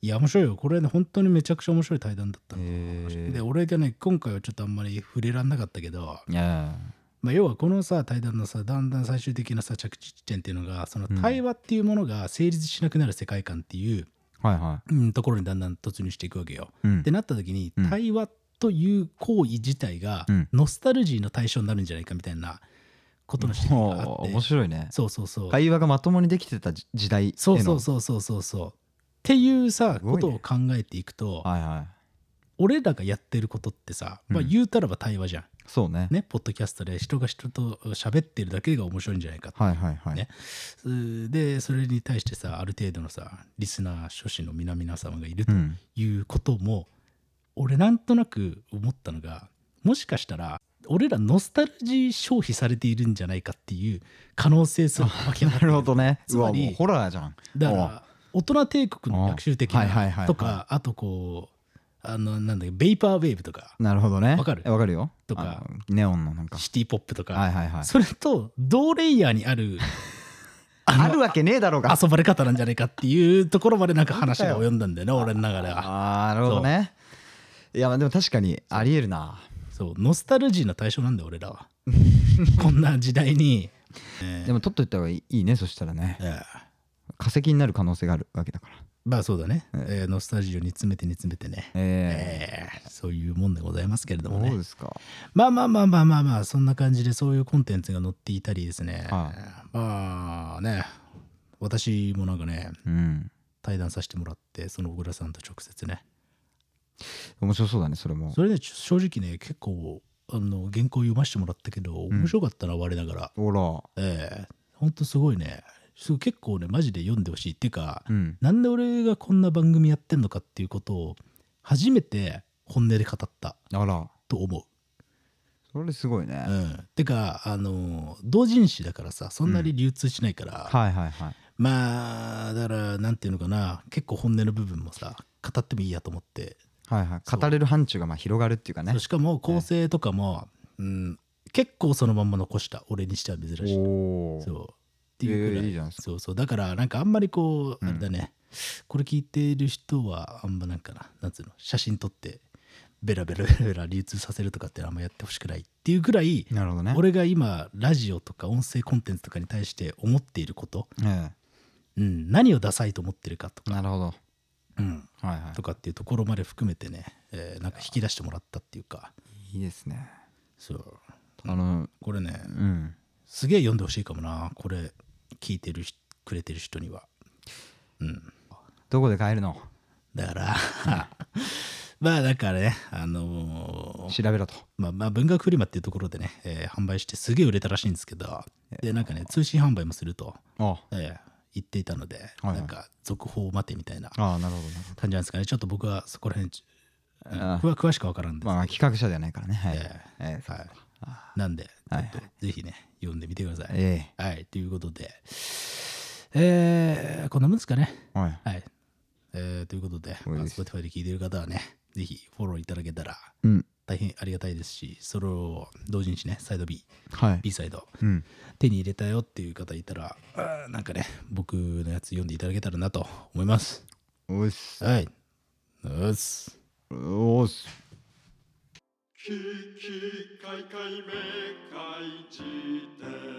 Speaker 2: いや面白いよこれね本当にめちゃくちゃ面白い対談だった
Speaker 3: う
Speaker 2: の
Speaker 3: へ
Speaker 2: で俺がね今回はちょっとあんまり触れらんなかったけど、
Speaker 3: えいや
Speaker 2: まあ、要はこのさ対談のさだんだん最終的なさ着地点っていうのがその
Speaker 3: うん
Speaker 2: 対話っていうものが成立しなくなる世界観っていう、
Speaker 3: はいは
Speaker 2: うんところにだんだん突入していくわけよ。
Speaker 3: い、うん
Speaker 2: ってなった時に
Speaker 3: うん
Speaker 2: 対話という行為自体が
Speaker 3: うん
Speaker 2: ノスタルジーの対象になるんじゃないかみたいなことの指摘があ
Speaker 3: ほ
Speaker 2: っ
Speaker 3: う
Speaker 2: て
Speaker 3: 面白いね
Speaker 2: そうそうそう
Speaker 3: 会話がまともにできてた時時代への
Speaker 2: そうそうそうそうそうそうっていうさ
Speaker 3: すごい
Speaker 2: こ
Speaker 3: ね
Speaker 2: とを考えていくと
Speaker 3: はいはい
Speaker 2: 俺らがやってることってさまあ
Speaker 3: うん
Speaker 2: 言うたらば対話じゃん
Speaker 3: そうね
Speaker 2: ねポッドキャストで人が人と喋ってるだけが面白いんじゃないかって
Speaker 3: はいはいはい、
Speaker 2: ねうんでそれに対してさある程度のさリスナー諸氏の皆々様がいると
Speaker 3: うん
Speaker 2: いうことも、俺なんとなく思ったのがもしかしたら俺らノスタルジー消費されているんじゃないかっていう可能性すら湧き上が
Speaker 3: な
Speaker 2: って
Speaker 3: るほどね
Speaker 2: つ
Speaker 3: う
Speaker 2: ま
Speaker 3: わ
Speaker 2: り
Speaker 3: もうホラーじゃん
Speaker 2: だから大人帝国の学習的
Speaker 3: うんはいはいはいは
Speaker 2: ないとかあとこうあのなんだっけベイパーウェーブとか
Speaker 3: なるほどね
Speaker 2: わかる
Speaker 3: えわかるよ
Speaker 2: とか
Speaker 3: あのネオンのなんか
Speaker 2: シティポップとか、
Speaker 3: はいはいはい
Speaker 2: それと同レイヤーにある
Speaker 3: あ
Speaker 2: の
Speaker 3: るわけねえだろうが
Speaker 2: 遊ばれ方なんじゃないかっていうところまでなんか話が及んだんだよね俺の中では。
Speaker 3: ああなるほどねいやまあでも確かにありえるな
Speaker 2: そうノスタルジーの対象なんだよ俺ら はこんな時代に、えー
Speaker 3: でも取っといた方がいいいいねそしたらね
Speaker 2: えー
Speaker 3: 化石になる可能性があるわけだから
Speaker 2: まあそうだね、えーノスタルジーを煮詰めて煮詰めてね、
Speaker 3: え
Speaker 2: えーそういうもんでございますけれ
Speaker 3: え
Speaker 2: ども
Speaker 3: どう
Speaker 2: ね
Speaker 3: ですか
Speaker 2: まあまあまあまあまあまあそんな感じでそういうコンテンツが載っていたりですね、
Speaker 3: は
Speaker 2: まあね私もなんかね
Speaker 3: うん
Speaker 2: 対談させてもらってその小倉さんと直接ね
Speaker 3: 面白そうだねそれも
Speaker 2: それでちょ正直ね結構あの原稿読ませてもらったけど面白かったな、我ながら
Speaker 3: ほら
Speaker 2: ええほんとすごいねすごい結構ねマジで読んでほしいっていうか、
Speaker 3: うん
Speaker 2: なんで俺がこんな番組やってんのかっていうことを初めて本音で語った
Speaker 3: あら
Speaker 2: と思う。
Speaker 3: それすごいね
Speaker 2: うん、てかあの同人誌だからさそんなに流通しないから、
Speaker 3: はいはいはい
Speaker 2: まあだからなんていうのかな結構本音の部分もさ語ってもいいやと思って、
Speaker 3: はいはい
Speaker 2: そう
Speaker 3: 語れる範疇がまあ広がるっていうかね
Speaker 2: そうしかも構成とかも、うん、結構そのまんま残した俺にしては珍しい。
Speaker 3: おお
Speaker 2: そうっていうくら
Speaker 3: え
Speaker 2: い,、
Speaker 3: ーいいじゃないですか
Speaker 2: そうそうだからなんかあんまりこうあれだね、これ聞いてる人はあんまなんかななんつうの写真撮ってベラベラベラベラ流通させるとかってあんまやってほしくないっていうぐらい、
Speaker 3: なるほどね
Speaker 2: 俺が今ラジオとか音声コンテンツとかに対して思っていること、
Speaker 3: え
Speaker 2: うん、何をダサいと思ってるかと
Speaker 3: え
Speaker 2: か,、
Speaker 3: なるほど
Speaker 2: うん、
Speaker 3: はいは
Speaker 2: とかっていうところまで含めてね、えーなんか引き出してもらったっていうか
Speaker 3: いいいですね
Speaker 2: そう
Speaker 3: あの
Speaker 2: これね
Speaker 3: うん
Speaker 2: すげえ読んでほしいかもなこれ聞いてる人くれてる人には。
Speaker 3: どこで買えるの
Speaker 2: だから、 まあだからね、あのー
Speaker 3: 調べろと
Speaker 2: まあ、まあ文学フリマっていうところでね、えー販売してすげえ売れたらしいんですけど、で、なんかね、通信販売もすると、
Speaker 3: あ
Speaker 2: えー言っていたので、
Speaker 3: はい
Speaker 2: なんか続報を待てみたいな
Speaker 3: あああなるほどなるほ
Speaker 2: 感じなんですかね、ちょっと僕はそこら辺、ち
Speaker 3: どああ
Speaker 2: ふわ詳しくわからんですけど、
Speaker 3: まあ企画者ではないからねはい
Speaker 2: え
Speaker 3: ええ
Speaker 2: はい、なんで、ちょ
Speaker 3: はい
Speaker 2: っとぜひね、読んでみてください。
Speaker 3: え
Speaker 2: はい、ということで、えーこんなもんですかね。
Speaker 3: えはい
Speaker 2: はい。えーということで、
Speaker 3: おい
Speaker 2: まあ Spotify で聞いてる方はね、ぜひフォローいただけたら
Speaker 3: うん
Speaker 2: 大変ありがたいですし、それを同時にね、サイド B、
Speaker 3: はい
Speaker 2: B サイド、
Speaker 3: うん
Speaker 2: 手に入れたよっていう方いたら、あーなんかね、僕のやつ読んでいただけたらなと思います。
Speaker 3: おいっす
Speaker 2: はい。うっす。
Speaker 3: おいっす
Speaker 1: ききかいかいめかいじ典